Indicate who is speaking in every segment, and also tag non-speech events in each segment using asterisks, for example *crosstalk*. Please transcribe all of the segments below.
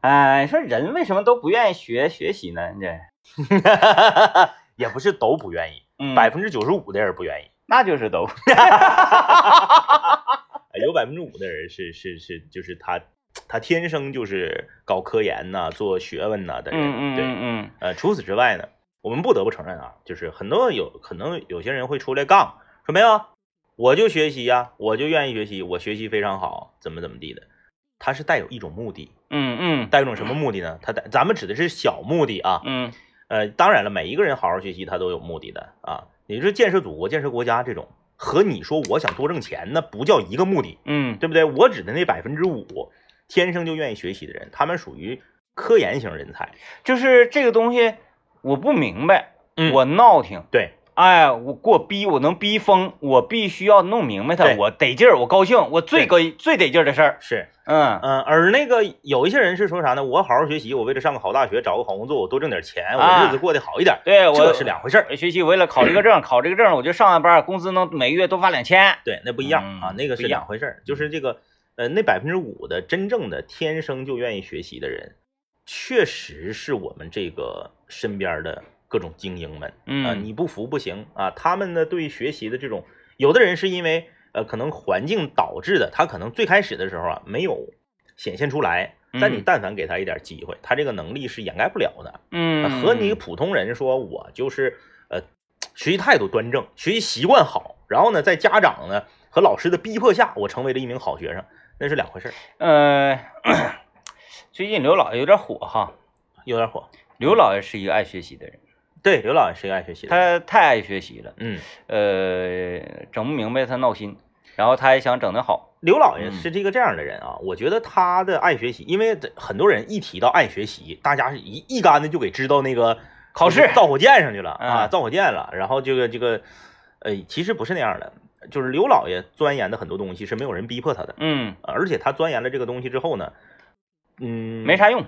Speaker 1: 哎，说人为什么都不愿意学学习呢？这，
Speaker 2: *laughs* 也不是都不愿意，
Speaker 1: 嗯
Speaker 2: 百分之九十五的人不愿意，
Speaker 1: 那就是都，
Speaker 2: 哎有百分之五的人是是是，就是他他天生就是搞科研呐、做学问呐、的人。
Speaker 1: 嗯嗯
Speaker 2: 对，
Speaker 1: 嗯
Speaker 2: 呃，除此之外呢，我们不得不承认啊，就是很多有可能有些人会出来杠，说没有，我就学习呀、我就愿意学习，我学习非常好，怎么怎么地的，他是带有一种目的，
Speaker 1: 嗯嗯
Speaker 2: 带有一种什么目的呢？他带咱们指的是小目的啊，
Speaker 1: 嗯
Speaker 2: 呃，当然了，每一个人好好学习，他都有目的的啊，你说建设祖国、建设国家这种。和你说我想多挣钱，那不叫一个目的，
Speaker 1: 嗯
Speaker 2: 对不对？我指的那百分之五，天生就愿意学习的人，他们属于科研型人才。
Speaker 1: 嗯，就是这个东西我不明白，
Speaker 2: 嗯
Speaker 1: 我闹挺，
Speaker 2: 对，
Speaker 1: 哎，我给我逼，我能逼疯，我必须要弄明白它，
Speaker 2: 对
Speaker 1: 我得劲儿，我高兴，我最高最得劲儿的事儿，
Speaker 2: 是
Speaker 1: 嗯
Speaker 2: 嗯，而那个有一些人是说啥呢？我好好学习，我为了上个好大学，找个好工作，我多挣点钱，
Speaker 1: 啊
Speaker 2: 我日子过得好一点，
Speaker 1: 对我
Speaker 2: 这是两回事儿。
Speaker 1: 学习，为了考这个证，考这个证，我就上完班，工资能每月多发两千。
Speaker 2: 对，那不一样、啊
Speaker 1: 嗯，
Speaker 2: 那个
Speaker 1: 不
Speaker 2: 是
Speaker 1: 一样嗯
Speaker 2: 两回事儿。就是这个，呃，那百分之五的真正的天生就愿意学习的人，确实是我们这个身边的各种精英们啊、
Speaker 1: 嗯
Speaker 2: 你不服不行啊。他们呢，对于学习的这种，有的人是因为呃，可能环境导致的，他可能最开始的时候啊，没有显现出来。但你
Speaker 1: 嗯
Speaker 2: 但凡给他一点机会，他这个能力是掩盖不了的。
Speaker 1: 嗯，
Speaker 2: 呃和你普通人说，我就是呃，学习态度端正，学习习惯好，然后呢，在家长呢和老师的逼迫下，我成为了一名好学生，那是两回事儿，
Speaker 1: 呃， *coughs* 最近刘老爷有点火哈。
Speaker 2: 有点火。
Speaker 1: 刘老爷是一个爱学习的人，
Speaker 2: 对，刘老师是个爱学习的人，
Speaker 1: 他太爱学习了，
Speaker 2: 嗯，
Speaker 1: 呃，整不明白他闹心，然后他也想整得好。
Speaker 2: 刘老爷
Speaker 1: 嗯
Speaker 2: 是这个这样的人啊，我觉得他的爱学习，因为很多人一提到爱学习，大家是一一竿子就给知道那个
Speaker 1: 考试
Speaker 2: 造火箭上去了啊，
Speaker 1: 嗯
Speaker 2: 造火箭了，然后这个这个，呃，其实不是那样的，就是刘老爷钻研的很多东西是没有人逼迫他的。
Speaker 1: 嗯，
Speaker 2: 呃而且他钻研了这个东西之后呢，嗯，
Speaker 1: 没，啥用。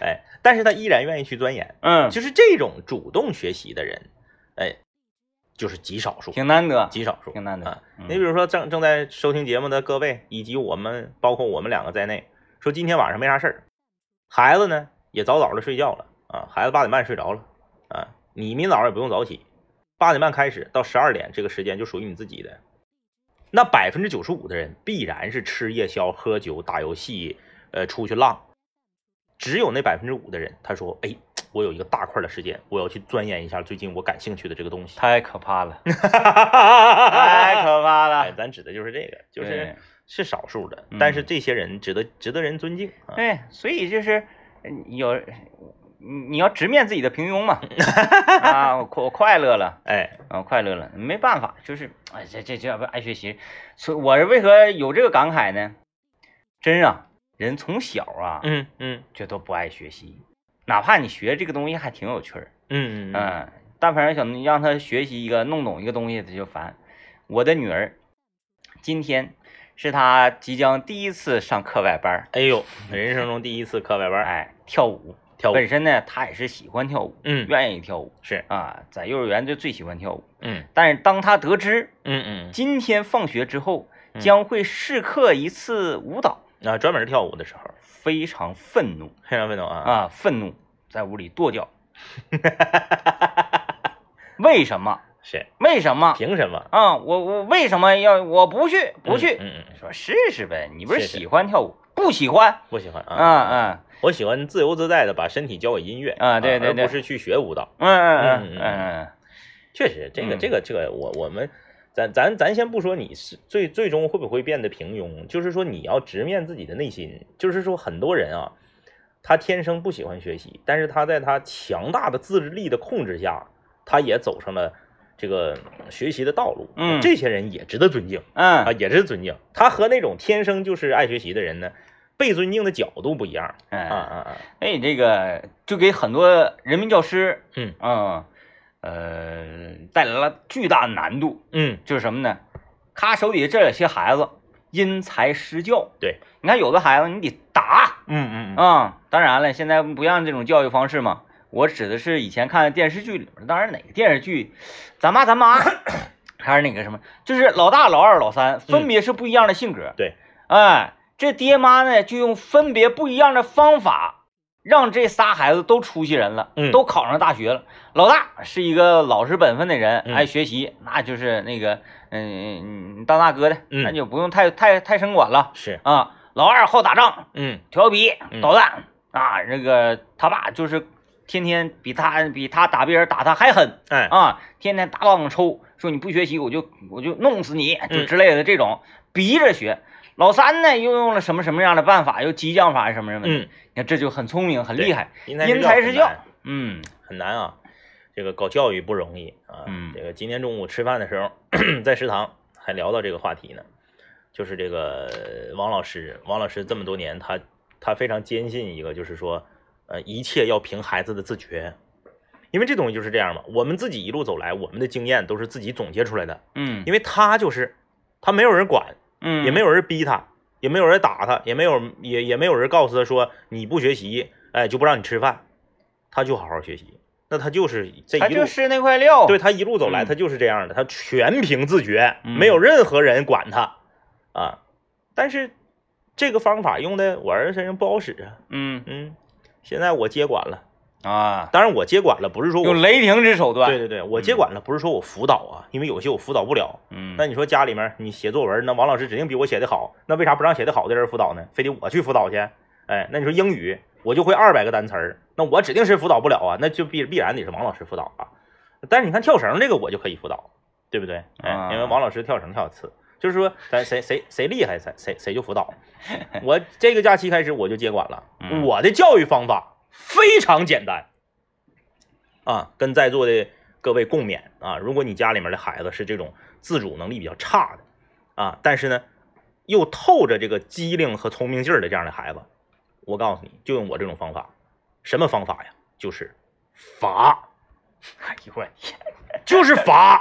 Speaker 2: 哎，但是他依然愿意去钻研。
Speaker 1: 嗯，
Speaker 2: 就是这种主动学习的人，哎，就是极少数，
Speaker 1: 挺难得，
Speaker 2: 极少数，
Speaker 1: 挺难得
Speaker 2: 啊。
Speaker 1: 嗯
Speaker 2: 你比如说正正在收听节目的各位，以及我们，包括我们两个在内，说今天晚上没啥事儿，孩子呢也早早的睡觉了啊，孩子八点半睡着了啊，你明早也不用早起，八点半开始到十二点这个时间就属于你自己的。那百分之九十五的人必然是吃夜宵、喝酒、打游戏，呃，出去浪。只有那百分之五的人，他说：“哎，我有一个大块的时间，我要去钻研一下最近我感兴趣的这个东西。” *laughs*
Speaker 1: 太可怕了， *laughs* 太
Speaker 2: 太
Speaker 1: 可怕
Speaker 2: 哎，
Speaker 1: 了。
Speaker 2: 咱指的就是这个，就是
Speaker 1: 啊对
Speaker 2: 是少数的
Speaker 1: 嗯，
Speaker 2: 但是这些人值得值得人尊敬啊。
Speaker 1: 对，哎所以就是嗯有你你要直面自己的平 *laughs* 庸嘛。啊，我快我快乐了。
Speaker 2: 哎，
Speaker 1: 啊，快乐了，没办法，就是哎，这这这要不爱学习，所以我是为何有这个感慨呢？真啊，人从小啊、
Speaker 2: 嗯嗯
Speaker 1: 就都不爱学习，哪怕你学这个东西还挺有趣儿，
Speaker 2: 嗯
Speaker 1: 嗯、
Speaker 2: 嗯
Speaker 1: 但凡想让他学习一个弄懂一个东西，他就烦。我的女儿今天是她即将第一次上课外班儿，
Speaker 2: 哎呦，人生中第一次课外班，
Speaker 1: 哎，跳舞，
Speaker 2: 跳舞，
Speaker 1: 本身呢她也是喜欢跳舞，
Speaker 2: 嗯
Speaker 1: 愿意跳舞
Speaker 2: 是，
Speaker 1: 啊，在幼儿园就最喜欢跳舞，
Speaker 2: 嗯
Speaker 1: 但是当她得知
Speaker 2: 嗯
Speaker 1: 今天放学之后
Speaker 2: 嗯
Speaker 1: 将会试课一次舞蹈，
Speaker 2: 嗯，啊，专门跳舞的时候，
Speaker 1: 非常愤怒
Speaker 2: 非常愤怒啊，
Speaker 1: 啊，愤怒，在屋里跺脚。为什么？
Speaker 2: 是，
Speaker 1: 为什么？
Speaker 2: 凭什么？
Speaker 1: 啊，我我为什么要我不去不去？
Speaker 2: 嗯嗯嗯，
Speaker 1: 说试试呗，你不是
Speaker 2: 试试
Speaker 1: 喜欢跳舞，不喜欢？
Speaker 2: 不喜欢
Speaker 1: 啊
Speaker 2: 啊，
Speaker 1: 啊
Speaker 2: 我喜欢自由自在的把身体交给音乐
Speaker 1: 啊对对
Speaker 2: 而
Speaker 1: 对
Speaker 2: 不是去学舞蹈。
Speaker 1: 嗯嗯嗯
Speaker 2: 嗯嗯
Speaker 1: 嗯
Speaker 2: 确实，这个
Speaker 1: 嗯
Speaker 2: 这个这个，我我们咱咱咱先不说你是最最终会不会变得平庸，就是说你要直面自己的内心。就是说，很多人啊，他天生不喜欢学习，但是他在他强大的自制力的控制下，他也走上了这个学习的道路。
Speaker 1: 嗯
Speaker 2: 这些人也值得尊敬
Speaker 1: 嗯
Speaker 2: 啊，
Speaker 1: 嗯
Speaker 2: 也值得尊敬。他和那种天生就是爱学习的人呢，被尊敬的角度不一样。啊
Speaker 1: 哎
Speaker 2: 啊啊！
Speaker 1: 哎，这个就给很多人民教师，
Speaker 2: 嗯
Speaker 1: 嗯呃，带来了巨大的难度。
Speaker 2: 嗯，
Speaker 1: 就是什么呢？咔，手底下这有些孩子因材施教。
Speaker 2: 对，
Speaker 1: 你看有的孩子你得打
Speaker 2: 嗯嗯嗯，
Speaker 1: 啊、当然了，现在不让这种教育方式嘛。我指的是以前看的电视剧里面，当然哪个电视剧，咱妈咱妈还是哪个什么，就是老大、老二、老三，分别是不一样的性格。
Speaker 2: 嗯对，
Speaker 1: 哎，这爹妈呢就用分别不一样的方法，让这仨孩子都出息人了，
Speaker 2: 嗯
Speaker 1: 都考上大学了。老大是一个老实本分的人，
Speaker 2: 嗯
Speaker 1: 爱学习，那就是那个嗯嗯嗯当大哥的，
Speaker 2: 嗯
Speaker 1: 那就不用太太太生管了
Speaker 2: 是，
Speaker 1: 啊。老二好打仗，
Speaker 2: 嗯
Speaker 1: 调皮
Speaker 2: 嗯
Speaker 1: 捣蛋、啊，这个他爸就是天天比他比他打别人打他还狠
Speaker 2: 哎
Speaker 1: 啊，天天大棒子抽，说你不学习我就我就弄死你，就
Speaker 2: 嗯
Speaker 1: 之类的这种、逼着学。老三呢，又用了什么什么样的办法，又激将法什么什么的，
Speaker 2: 嗯，
Speaker 1: 你看这就很聪明，很
Speaker 2: 对
Speaker 1: 厉害。
Speaker 2: 因
Speaker 1: 啊因材施教
Speaker 2: 很难
Speaker 1: 嗯
Speaker 2: 很难啊，这个搞教育不容易啊。
Speaker 1: 嗯
Speaker 2: 这个今天中午吃饭的时候， *clears throat* 在食堂还聊到这个话题呢，就是这个王老师，王老师这么多年，他他非常坚信一个，就是说，呃，一切要凭孩子的自觉，因为这东西就是这样嘛。我们自己一路走来，我们的经验都是自己总结出来的，
Speaker 1: 嗯，
Speaker 2: 因为他就是他没有人管，
Speaker 1: 嗯
Speaker 2: 也没有人逼他，也没有人打他，也没有也也没有人告诉他说你不学习，哎就不让你吃饭，他就好好学习。那他就是这
Speaker 1: 他
Speaker 2: 一路，
Speaker 1: 就是那块料。
Speaker 2: 对他一路走
Speaker 1: 嗯
Speaker 2: 来，他就是这样的，他全凭自觉，
Speaker 1: 嗯
Speaker 2: 没有任何人管他啊。但是这个方法用在我儿子身上不好使啊，
Speaker 1: 嗯
Speaker 2: 嗯，现在我接管了，
Speaker 1: 啊，
Speaker 2: 当然我接管了不是说我
Speaker 1: 用，雷霆之手段。
Speaker 2: 对对对，我接管了不是说我辅导啊，因为有些我辅导不了，
Speaker 1: 嗯，
Speaker 2: 那你说家里面你写作文，那王老师指定比我写的好，那为啥不让写的好的人辅导呢？非得我去辅导去？哎，那你说英语，我就会二百个单词儿，那我指定是辅导不了啊，那就必必然得是王老师辅导啊。但是你看跳绳这个，我就可以辅导，对不对？哎
Speaker 1: 啊，
Speaker 2: 因为王老师跳绳跳得次，就是说咱谁谁谁厉害，谁谁谁就辅导。我这个假期开始我就接管了，
Speaker 1: 嗯
Speaker 2: 我的教育方法非常简单啊，跟在座的各位共勉啊。如果你家里面的孩子是这种自主能力比较差的啊，但是呢又透着这个机灵和聪明劲儿的这样的孩子，我告诉你，就用我这种方法，什么方法呀？就是罚，
Speaker 1: 哎呦我天，
Speaker 2: 就是罚。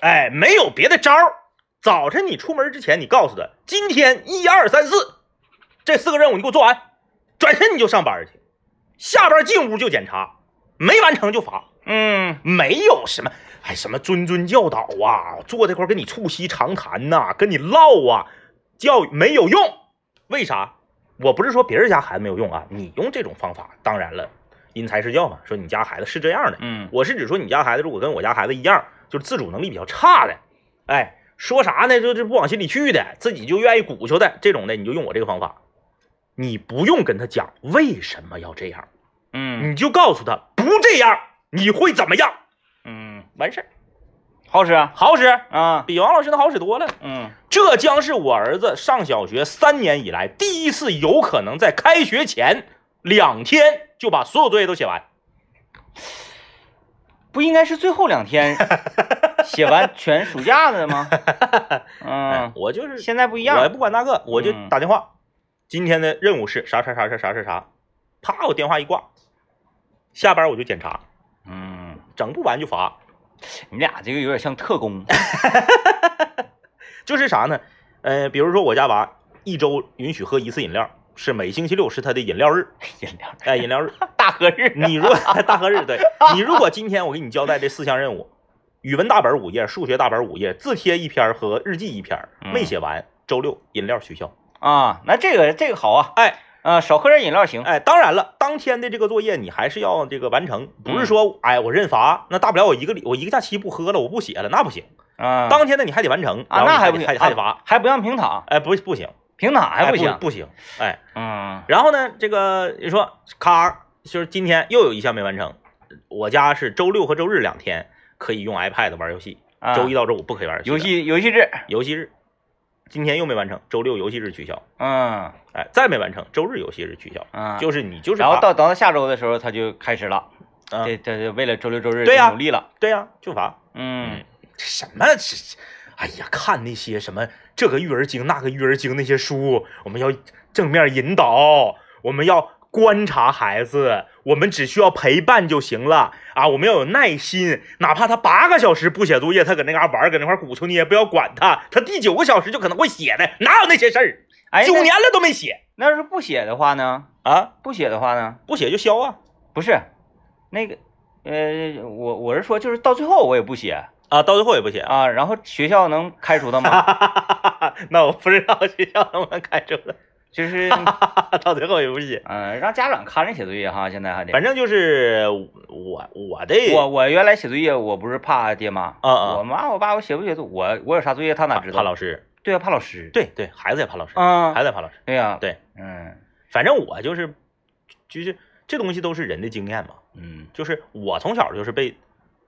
Speaker 2: 哎，没有别的招儿。早晨你出门之前，你告诉他，今天一二三四这四个任务你给我做完，转身你就上班去，下班进屋就检查，没完成就罚，
Speaker 1: *laughs* 嗯
Speaker 2: 没有什么哎什么谆谆教导啊，坐这块儿跟你促膝长谈呐、跟你唠啊，教育没有用。为啥？我不是说别人家孩子没有用啊，你用这种方法，当然了，因材施教嘛。说你家孩子是这样的，
Speaker 1: 嗯
Speaker 2: 我是指说你家孩子如果跟我家孩子一样，就是自主能力比较差的，哎，说啥呢，就是不往心里去的，自己就愿意鼓秋的这种的，你就用我这个方法，你不用跟他讲为什么要这样，
Speaker 1: 嗯
Speaker 2: 你就告诉他不这样你会怎么样，
Speaker 1: 嗯，
Speaker 2: 完事儿，
Speaker 1: 好使啊
Speaker 2: 好使，
Speaker 1: 啊，
Speaker 2: 比王老师那好使多了。
Speaker 1: 嗯
Speaker 2: 这将是我儿子上小学三年以来第一次有可能在开学前两天就把所有作业都写完。
Speaker 1: 不应该是最后两
Speaker 2: *laughs*
Speaker 1: 天写完全暑假的吗？嗯，
Speaker 2: 我就是
Speaker 1: 现在不一
Speaker 2: 哎我也
Speaker 1: 样。
Speaker 2: 不管那个，我就
Speaker 1: 嗯
Speaker 2: 打电话。今天的任务是啥啥啥啥啥啥啥，啪，我电话一挂，下班我就检查，
Speaker 1: 嗯，
Speaker 2: 整不完就罚。
Speaker 1: 你俩这个有点像特工。
Speaker 2: 就是啥呢？呃，比如说我家娃一周允许喝一次饮料，是每星期六是他的饮料日，
Speaker 1: 饮料 *laughs*
Speaker 2: 哎，饮料日。
Speaker 1: 大合日。
Speaker 2: 你如果 *laughs* 大合日，对你如果今天我给你交代这四项任务，语文大本五页，数学大本五页，字帖一篇儿和日记一篇儿，
Speaker 1: 嗯
Speaker 2: 没写完，周六饮料取消。
Speaker 1: 啊，那这个这个好啊，
Speaker 2: 哎，
Speaker 1: 啊，少喝点饮料行。
Speaker 2: 哎，当然了，当天的这个作业你还是要这个完成，不是
Speaker 1: 嗯
Speaker 2: 说哎我认罚，那大不了我一个礼我一个假期不喝了，我不写了，那不行。
Speaker 1: 啊，
Speaker 2: 当天的你还得完成
Speaker 1: 啊那
Speaker 2: 还
Speaker 1: 还不行
Speaker 2: 还得还得罚，
Speaker 1: 还不让平躺，
Speaker 2: 哎不不行，
Speaker 1: 平躺还
Speaker 2: 哎
Speaker 1: 不
Speaker 2: 不
Speaker 1: 行。
Speaker 2: 不行，哎，
Speaker 1: 嗯
Speaker 2: 然后呢，这个你说咔，就是今天又有一项没完成，我家是周六和周日两天可以用 iPad 玩游戏，
Speaker 1: 啊，
Speaker 2: 周一到周五不可以玩
Speaker 1: 游
Speaker 2: 戏
Speaker 1: 戏游戏制。
Speaker 2: 的，游戏日，今天又没完成，周六游戏日取消，
Speaker 1: 嗯
Speaker 2: 哎，再没完成，周日游戏日取消，
Speaker 1: 嗯。
Speaker 2: 就是你就是
Speaker 1: 然后
Speaker 2: 罚
Speaker 1: 到等到下周的时候，他就开始了，
Speaker 2: 啊
Speaker 1: 这这这为了周六周日
Speaker 2: 对呀
Speaker 1: 努力了，
Speaker 2: 对呀、就罚。
Speaker 1: 嗯
Speaker 2: 什么这这？哎呀，看那些什么这个育儿经、那个育儿经那些书，我们要正面引导，我们要观察孩子，我们只需要陪伴就行了啊！我们要有耐心，哪怕他八个小时不写作业，他搁那嘎玩，搁那块鼓秋捏，不要管他，他第九个小时就可能会写的，哪有那些事儿？
Speaker 1: 哎，
Speaker 2: 九
Speaker 1: 那
Speaker 2: 年了都没写
Speaker 1: 那要是不写的话呢？
Speaker 2: 啊，
Speaker 1: 不写的话呢？
Speaker 2: 不写就消啊
Speaker 1: 不是，那个，呃，我我是说，就是到最后我也不写
Speaker 2: 啊，到最后也不写啊，
Speaker 1: 啊，然后学校能开除他吗？
Speaker 2: *laughs* 那我不知道学校能不能看出来，
Speaker 1: 就是
Speaker 2: 到最后也不写。
Speaker 1: 嗯，让家长看着写作业哈，现在还得。
Speaker 2: 反正就是我我的
Speaker 1: 我我原来写作业，我不是怕爹妈，
Speaker 2: 啊啊
Speaker 1: 我妈我爸我写不写作，我我有啥作业他哪
Speaker 2: 怕
Speaker 1: 知道？
Speaker 2: 怕老师，
Speaker 1: 对啊，怕老师。
Speaker 2: 对对，孩子也怕老师，
Speaker 1: 啊，
Speaker 2: 孩子也怕老师。
Speaker 1: 对呀、
Speaker 2: 对，
Speaker 1: 嗯
Speaker 2: 反正我就是就是这东西都是人的经验嘛，
Speaker 1: 嗯
Speaker 2: 就是我从小就是被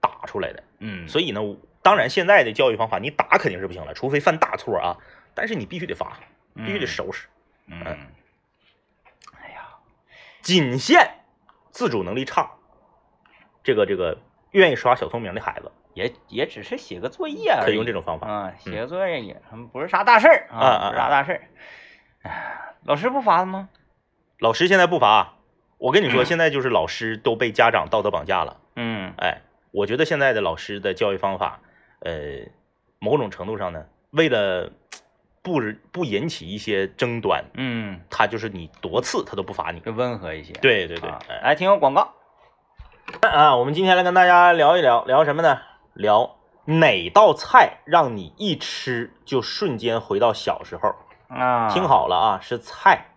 Speaker 2: 打出来的，
Speaker 1: 嗯，
Speaker 2: 所以呢，我当然现在的教育方法你打肯定是不行了，除非犯大错啊，但是你必须得罚，
Speaker 1: 以
Speaker 2: 必须得收拾，
Speaker 1: 嗯。
Speaker 2: 嗯
Speaker 1: 嗯，哎呀，
Speaker 2: 仅限自主能力差，这个这个愿意耍小聪明的孩子
Speaker 1: 也也只是写个作业而已，
Speaker 2: 可以用这种方法。嗯
Speaker 1: 啊，写个作业也不是啥大事儿
Speaker 2: 啊啊
Speaker 1: 啊，不是啥大事儿。哎，老师不罚他吗？
Speaker 2: 老师现在不罚，啊我跟你
Speaker 1: *clears throat*
Speaker 2: 说，现在就是老师都被家长道德绑架了。
Speaker 1: 嗯
Speaker 2: 哎，我觉得现在的老师的教育方法，呃，某种程度上呢，为了不不引起一些争端，
Speaker 1: 嗯，
Speaker 2: 他就是你多次他都不罚你。
Speaker 1: 就温和一些。
Speaker 2: 对对对，
Speaker 1: 啊
Speaker 2: 哎
Speaker 1: 来听个广告。
Speaker 2: 啊，我们今天来跟大家聊一聊，聊什么呢？聊哪道菜让你一吃就瞬间回到小时候？
Speaker 1: 啊，
Speaker 2: 听，好了啊，是菜，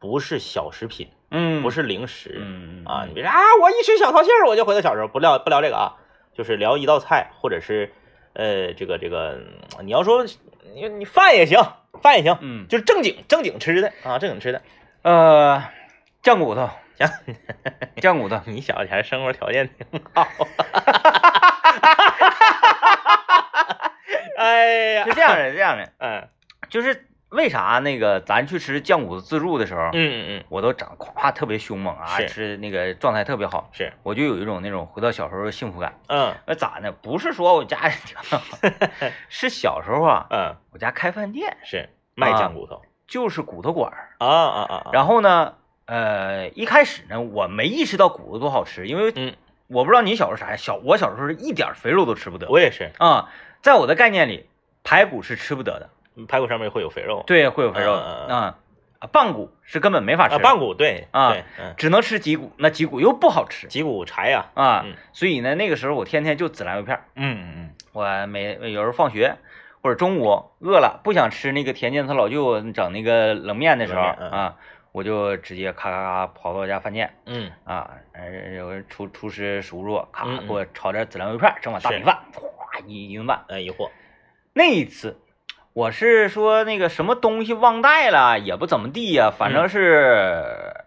Speaker 2: 不是小食品，
Speaker 1: 嗯，
Speaker 2: 不，是零食。
Speaker 1: 嗯
Speaker 2: 啊，你别说啊，我一吃小桃心儿我就回到小时候，不聊不聊这个啊，就是聊一道菜，或者是呃这个这个，嗯你要说你你饭也行，饭也行，
Speaker 1: 嗯，
Speaker 2: 就是正经正经吃的啊，正经吃的。
Speaker 1: 呃，酱骨头， *laughs*
Speaker 2: 行， *laughs*
Speaker 1: 酱骨头，
Speaker 2: 你小前生活条件挺好。哎呀
Speaker 1: 是，这样的，这样的，
Speaker 2: 嗯
Speaker 1: 就是为啥那个咱去吃酱骨头自助的时候，
Speaker 2: 嗯嗯，
Speaker 1: 我都长夸特别凶猛啊，
Speaker 2: 是
Speaker 1: 吃那个状态特别好，
Speaker 2: 是，
Speaker 1: 我就有一种那种回到小时候的幸福感。
Speaker 2: 嗯
Speaker 1: 那咋呢？不是说我家 *laughs* 是小时候啊，
Speaker 2: 嗯
Speaker 1: 我家开饭店
Speaker 2: 是卖
Speaker 1: 啊
Speaker 2: 酱骨头
Speaker 1: 就是骨头馆儿。
Speaker 2: 啊啊啊啊，
Speaker 1: 然后呢，呃，一开始呢，我没意识到骨头多好吃，因为
Speaker 2: 嗯
Speaker 1: 我不知道你小时候啥样，小我小时候是一点儿肥肉都吃不得
Speaker 2: 我也是，
Speaker 1: 啊、在我的概念里，排骨是吃不得的，
Speaker 2: 排骨上面会有肥肉，
Speaker 1: 对，会有肥肉
Speaker 2: 嗯嗯嗯
Speaker 1: 啊、啊棒骨是根本没法吃，
Speaker 2: 啊棒骨对
Speaker 1: 啊
Speaker 2: 对嗯，
Speaker 1: 只能吃脊骨，那脊骨又不好吃
Speaker 2: 脊骨柴呀，
Speaker 1: 啊、
Speaker 2: 嗯
Speaker 1: 所以呢，那个时候我天天就孜然肉片儿，
Speaker 2: 嗯嗯
Speaker 1: 我每有时候放学或者中午饿了不想吃那个田间他老舅整那个冷面的时候
Speaker 2: 冷面嗯
Speaker 1: 啊，我就直接咔咔咔跑到我家饭店。
Speaker 2: 嗯
Speaker 1: 啊，呃，有人厨厨师叔叔，咔
Speaker 2: 嗯嗯
Speaker 1: 给我炒点孜然肉片儿，整碗大米
Speaker 2: 是
Speaker 1: 饭，哗一一顿饭。
Speaker 2: 嗯，哎，一货，
Speaker 1: 那一次，我是说那个什么东西忘带了，也不怎么地呀、反
Speaker 2: 嗯
Speaker 1: 正是、呃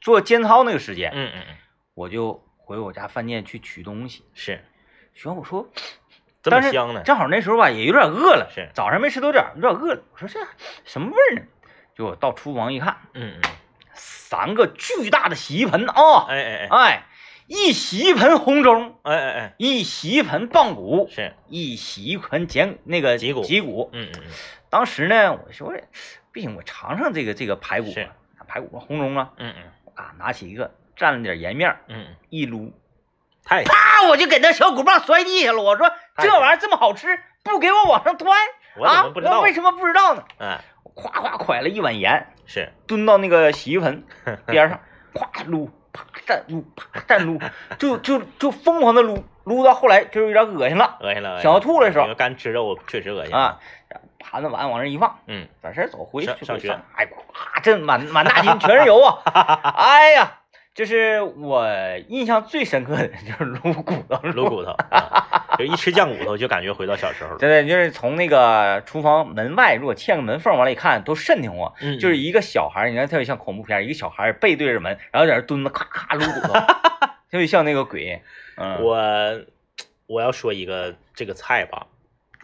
Speaker 1: 做监操那个时间，
Speaker 2: 嗯嗯嗯，
Speaker 1: 我就回我家饭店去取东西。
Speaker 2: 是
Speaker 1: 寻思我说，
Speaker 2: 这么
Speaker 1: 当时
Speaker 2: 香呢，
Speaker 1: 正好那时候吧，也有点饿了，
Speaker 2: 嗯是
Speaker 1: 早上没吃多点儿，有点饿了。我说这什么味儿呢？就我到厨房一看，
Speaker 2: 嗯嗯，
Speaker 1: 三个巨大的洗衣盆啊、
Speaker 2: 哎哎哎
Speaker 1: 哎，一洗衣盆红中。
Speaker 2: 哎哎哎，
Speaker 1: 一洗一盆棒骨，
Speaker 2: 是，
Speaker 1: 一洗一盆碱那个
Speaker 2: 脊骨
Speaker 1: 脊骨。
Speaker 2: 嗯嗯
Speaker 1: 当时呢，我说不行，我尝尝这个这个排骨
Speaker 2: 是
Speaker 1: 吧，排骨红中啊，
Speaker 2: 嗯嗯
Speaker 1: 啊，拿起一个蘸了点盐面儿
Speaker 2: 嗯嗯，
Speaker 1: 一撸，
Speaker 2: 太
Speaker 1: 啪，啊我就给那小骨棒摔地下了。我说
Speaker 2: 太
Speaker 1: 这玩意儿这么好吃，不给我往上端
Speaker 2: 我怎
Speaker 1: 啊
Speaker 2: 么？不知
Speaker 1: 那
Speaker 2: 道
Speaker 1: 为？什么不知道呢？
Speaker 2: 哎，
Speaker 1: 我夸夸蒯了一碗盐，
Speaker 2: 是，
Speaker 1: 蹲到那个洗浴 *laughs* 盆边上，夸撸，啪蘸撸，啪蘸撸，就就就疯狂的撸，撸到后来就是有点恶心了。
Speaker 2: 恶心了，
Speaker 1: 想要吐的时候
Speaker 2: 因为干吃肉确实恶心
Speaker 1: 啊，，然后盘子碗往那一放，
Speaker 2: 嗯，
Speaker 1: 转身走回去
Speaker 2: 上上学
Speaker 1: 哎，咵，这满满大街全是油
Speaker 2: *laughs*
Speaker 1: 啊！哎呀，就是我印象最深刻的就是颅骨头，
Speaker 2: 卤 *laughs* 骨头，啊就一吃酱骨头就感觉回到小时候了，
Speaker 1: 真的就是从那个厨房门外，如果嵌个门缝往里看，都瘆得慌。啊
Speaker 2: 嗯
Speaker 1: 就是一个小孩儿，你看特别像恐怖片儿，一个小孩儿背对着门，然后在那蹲着，咔咔撸骨
Speaker 2: *laughs*
Speaker 1: 头，特别像那个鬼。嗯，
Speaker 2: 我我要说一个这个菜吧，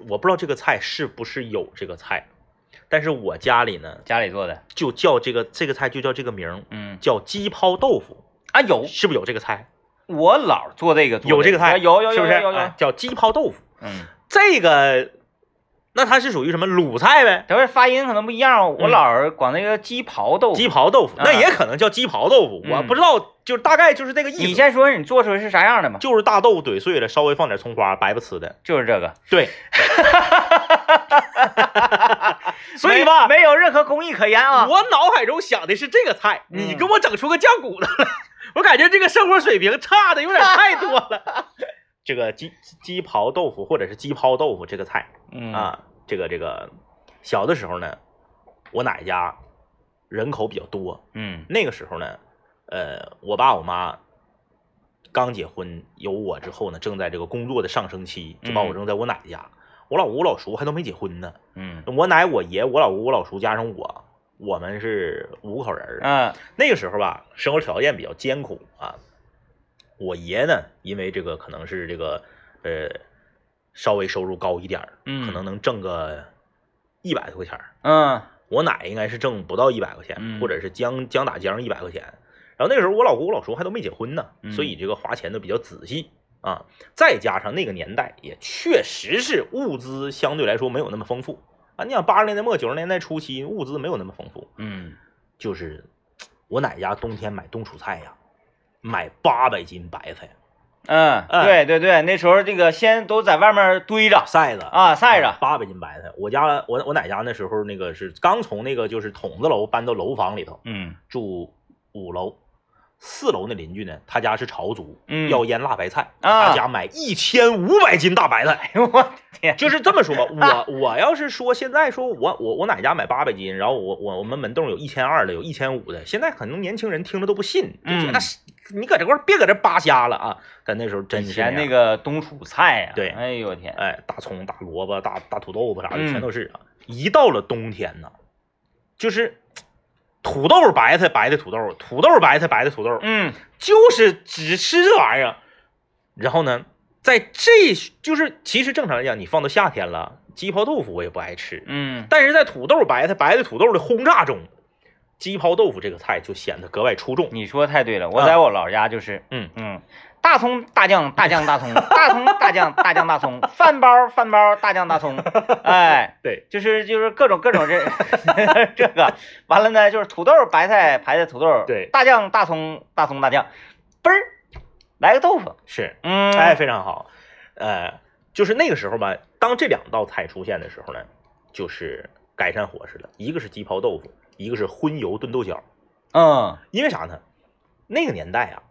Speaker 2: 我不知道这个菜是不是有这个菜，但是我家里呢
Speaker 1: 家里做的，
Speaker 2: 就叫这个这个菜就叫这个名儿，
Speaker 1: 嗯
Speaker 2: 叫鸡泡豆腐，
Speaker 1: 啊有，
Speaker 2: 是不是有这个菜？
Speaker 1: 我姥儿做这个做
Speaker 2: 有这个菜，
Speaker 1: 有有
Speaker 2: 是
Speaker 1: 有
Speaker 2: 不是？
Speaker 1: 有有有
Speaker 2: 哎，叫鸡泡豆腐，
Speaker 1: 嗯。
Speaker 2: 这个那它是属于什么鲁菜呗？
Speaker 1: 这不是发音可能不一样，我
Speaker 2: 嗯
Speaker 1: 姥儿管那个鸡刨豆腐。
Speaker 2: 鸡刨豆腐，
Speaker 1: 啊
Speaker 2: 那也可能叫鸡刨豆腐，
Speaker 1: 嗯
Speaker 2: 我不知道，就是大概就是这个意
Speaker 1: 你
Speaker 2: 思，
Speaker 1: 先说你做出来是啥样的吧？
Speaker 2: 就是大豆腐怼碎了，稍微放点葱花，白不呲的。
Speaker 1: 就是这个，
Speaker 2: 对，所以吧，
Speaker 1: 没没有任何工艺可言啊。
Speaker 2: 我脑海中想的是这个菜，
Speaker 1: 嗯
Speaker 2: 你给我整出个酱骨头来，我感觉这个生活水平差的有点太多了。 *laughs* 啊这个鸡鸡鸡刨豆腐或者是鸡泡豆腐这个菜
Speaker 1: 嗯，
Speaker 2: 啊，这个这个小的时候呢，我奶家人口比较多，
Speaker 1: 嗯
Speaker 2: 那个时候呢，呃，我爸我妈刚结婚，有我之后呢，正在这个工作的上升期，就把我
Speaker 1: 嗯
Speaker 2: 扔在我奶家。我老姑、我老叔还都没结婚呢，
Speaker 1: 嗯
Speaker 2: 我奶、我爷、我老姑、我老叔加上我，我们是五口人儿。
Speaker 1: 啊
Speaker 2: 那个时候吧，生活条件比较艰苦啊。我爷呢，因为这个可能是这个呃，稍微收入高一点儿，
Speaker 1: 嗯
Speaker 2: 可能能挣个一百多块钱儿。
Speaker 1: 嗯
Speaker 2: 我奶应该是挣不到一百块钱，
Speaker 1: 嗯
Speaker 2: 或者是将将打将一百块钱。然后那个时候我老姑我老叔还都没结婚呢，
Speaker 1: 嗯
Speaker 2: 所以这个花钱都比较仔细啊。再加上那个年代也确实是物资相对来说没有那么丰富啊。你想八十年代末九十年代初期物资没有那么丰富，
Speaker 1: 嗯
Speaker 2: 就是我奶家冬天买冬储菜呀、买八百斤白菜、
Speaker 1: 嗯，
Speaker 2: 哎
Speaker 1: 对对对，那时候这个先都在外面堆着
Speaker 2: 晒子
Speaker 1: 啊晒着，
Speaker 2: 八百斤白菜。我家我我奶家那时候那个是刚从那个就是筒子楼搬到楼房里头，
Speaker 1: 嗯
Speaker 2: 住五楼，四楼那邻居呢，他家是朝族，
Speaker 1: 嗯
Speaker 2: 要腌辣白菜，
Speaker 1: 啊
Speaker 2: 他家买一千五百斤大白菜。
Speaker 1: 哎呦我的天，
Speaker 2: 就是这么说吧，我我要是说现在说我我我奶家买八百斤，然后我我我们门洞有一千二的，有一千五的，现在可能年轻人听着都不信，就觉得
Speaker 1: 嗯
Speaker 2: 是你搁这块儿别搁这扒瞎了啊！但那时候真
Speaker 1: 以
Speaker 2: 是
Speaker 1: 前那
Speaker 2: 样，
Speaker 1: 个冬储菜呀，
Speaker 2: 对
Speaker 1: 哎呦我天，
Speaker 2: 哎，大葱、大萝卜、大大土豆子啥的
Speaker 1: 嗯
Speaker 2: 全都是啊。一到了冬天呢，就是土豆白菜白的土豆，土豆白菜白的土豆，
Speaker 1: 嗯
Speaker 2: 就是只吃这玩意儿。然后呢，在这就是其实正常来讲，你放到夏天了，鸡泡豆腐我也不爱吃，
Speaker 1: 嗯
Speaker 2: 但是在土豆白菜、白的土豆的轰炸中，鸡泡豆腐这个菜就显得格外出众。
Speaker 1: 你说太对了，我在我老家就是，
Speaker 2: 啊嗯
Speaker 1: 嗯，大葱大酱大酱大葱大葱大酱大酱大葱，饭包饭包大酱大
Speaker 2: *laughs*
Speaker 1: 葱，哎，
Speaker 2: 对，
Speaker 1: 就是就是各种各种这这 *laughs* 个，完了呢就是土豆白菜白菜土豆，
Speaker 2: 对
Speaker 1: 大酱大葱大葱大酱，嘣儿来个豆腐，
Speaker 2: 是，
Speaker 1: 嗯，
Speaker 2: 哎，，非常好。呃，就是那个时候吧，当这两道菜出现的时候呢，就是改善伙食了，一个是鸡泡豆腐，一个是荤油炖豆角。
Speaker 1: 嗯
Speaker 2: 因为啥呢？那个年代啊，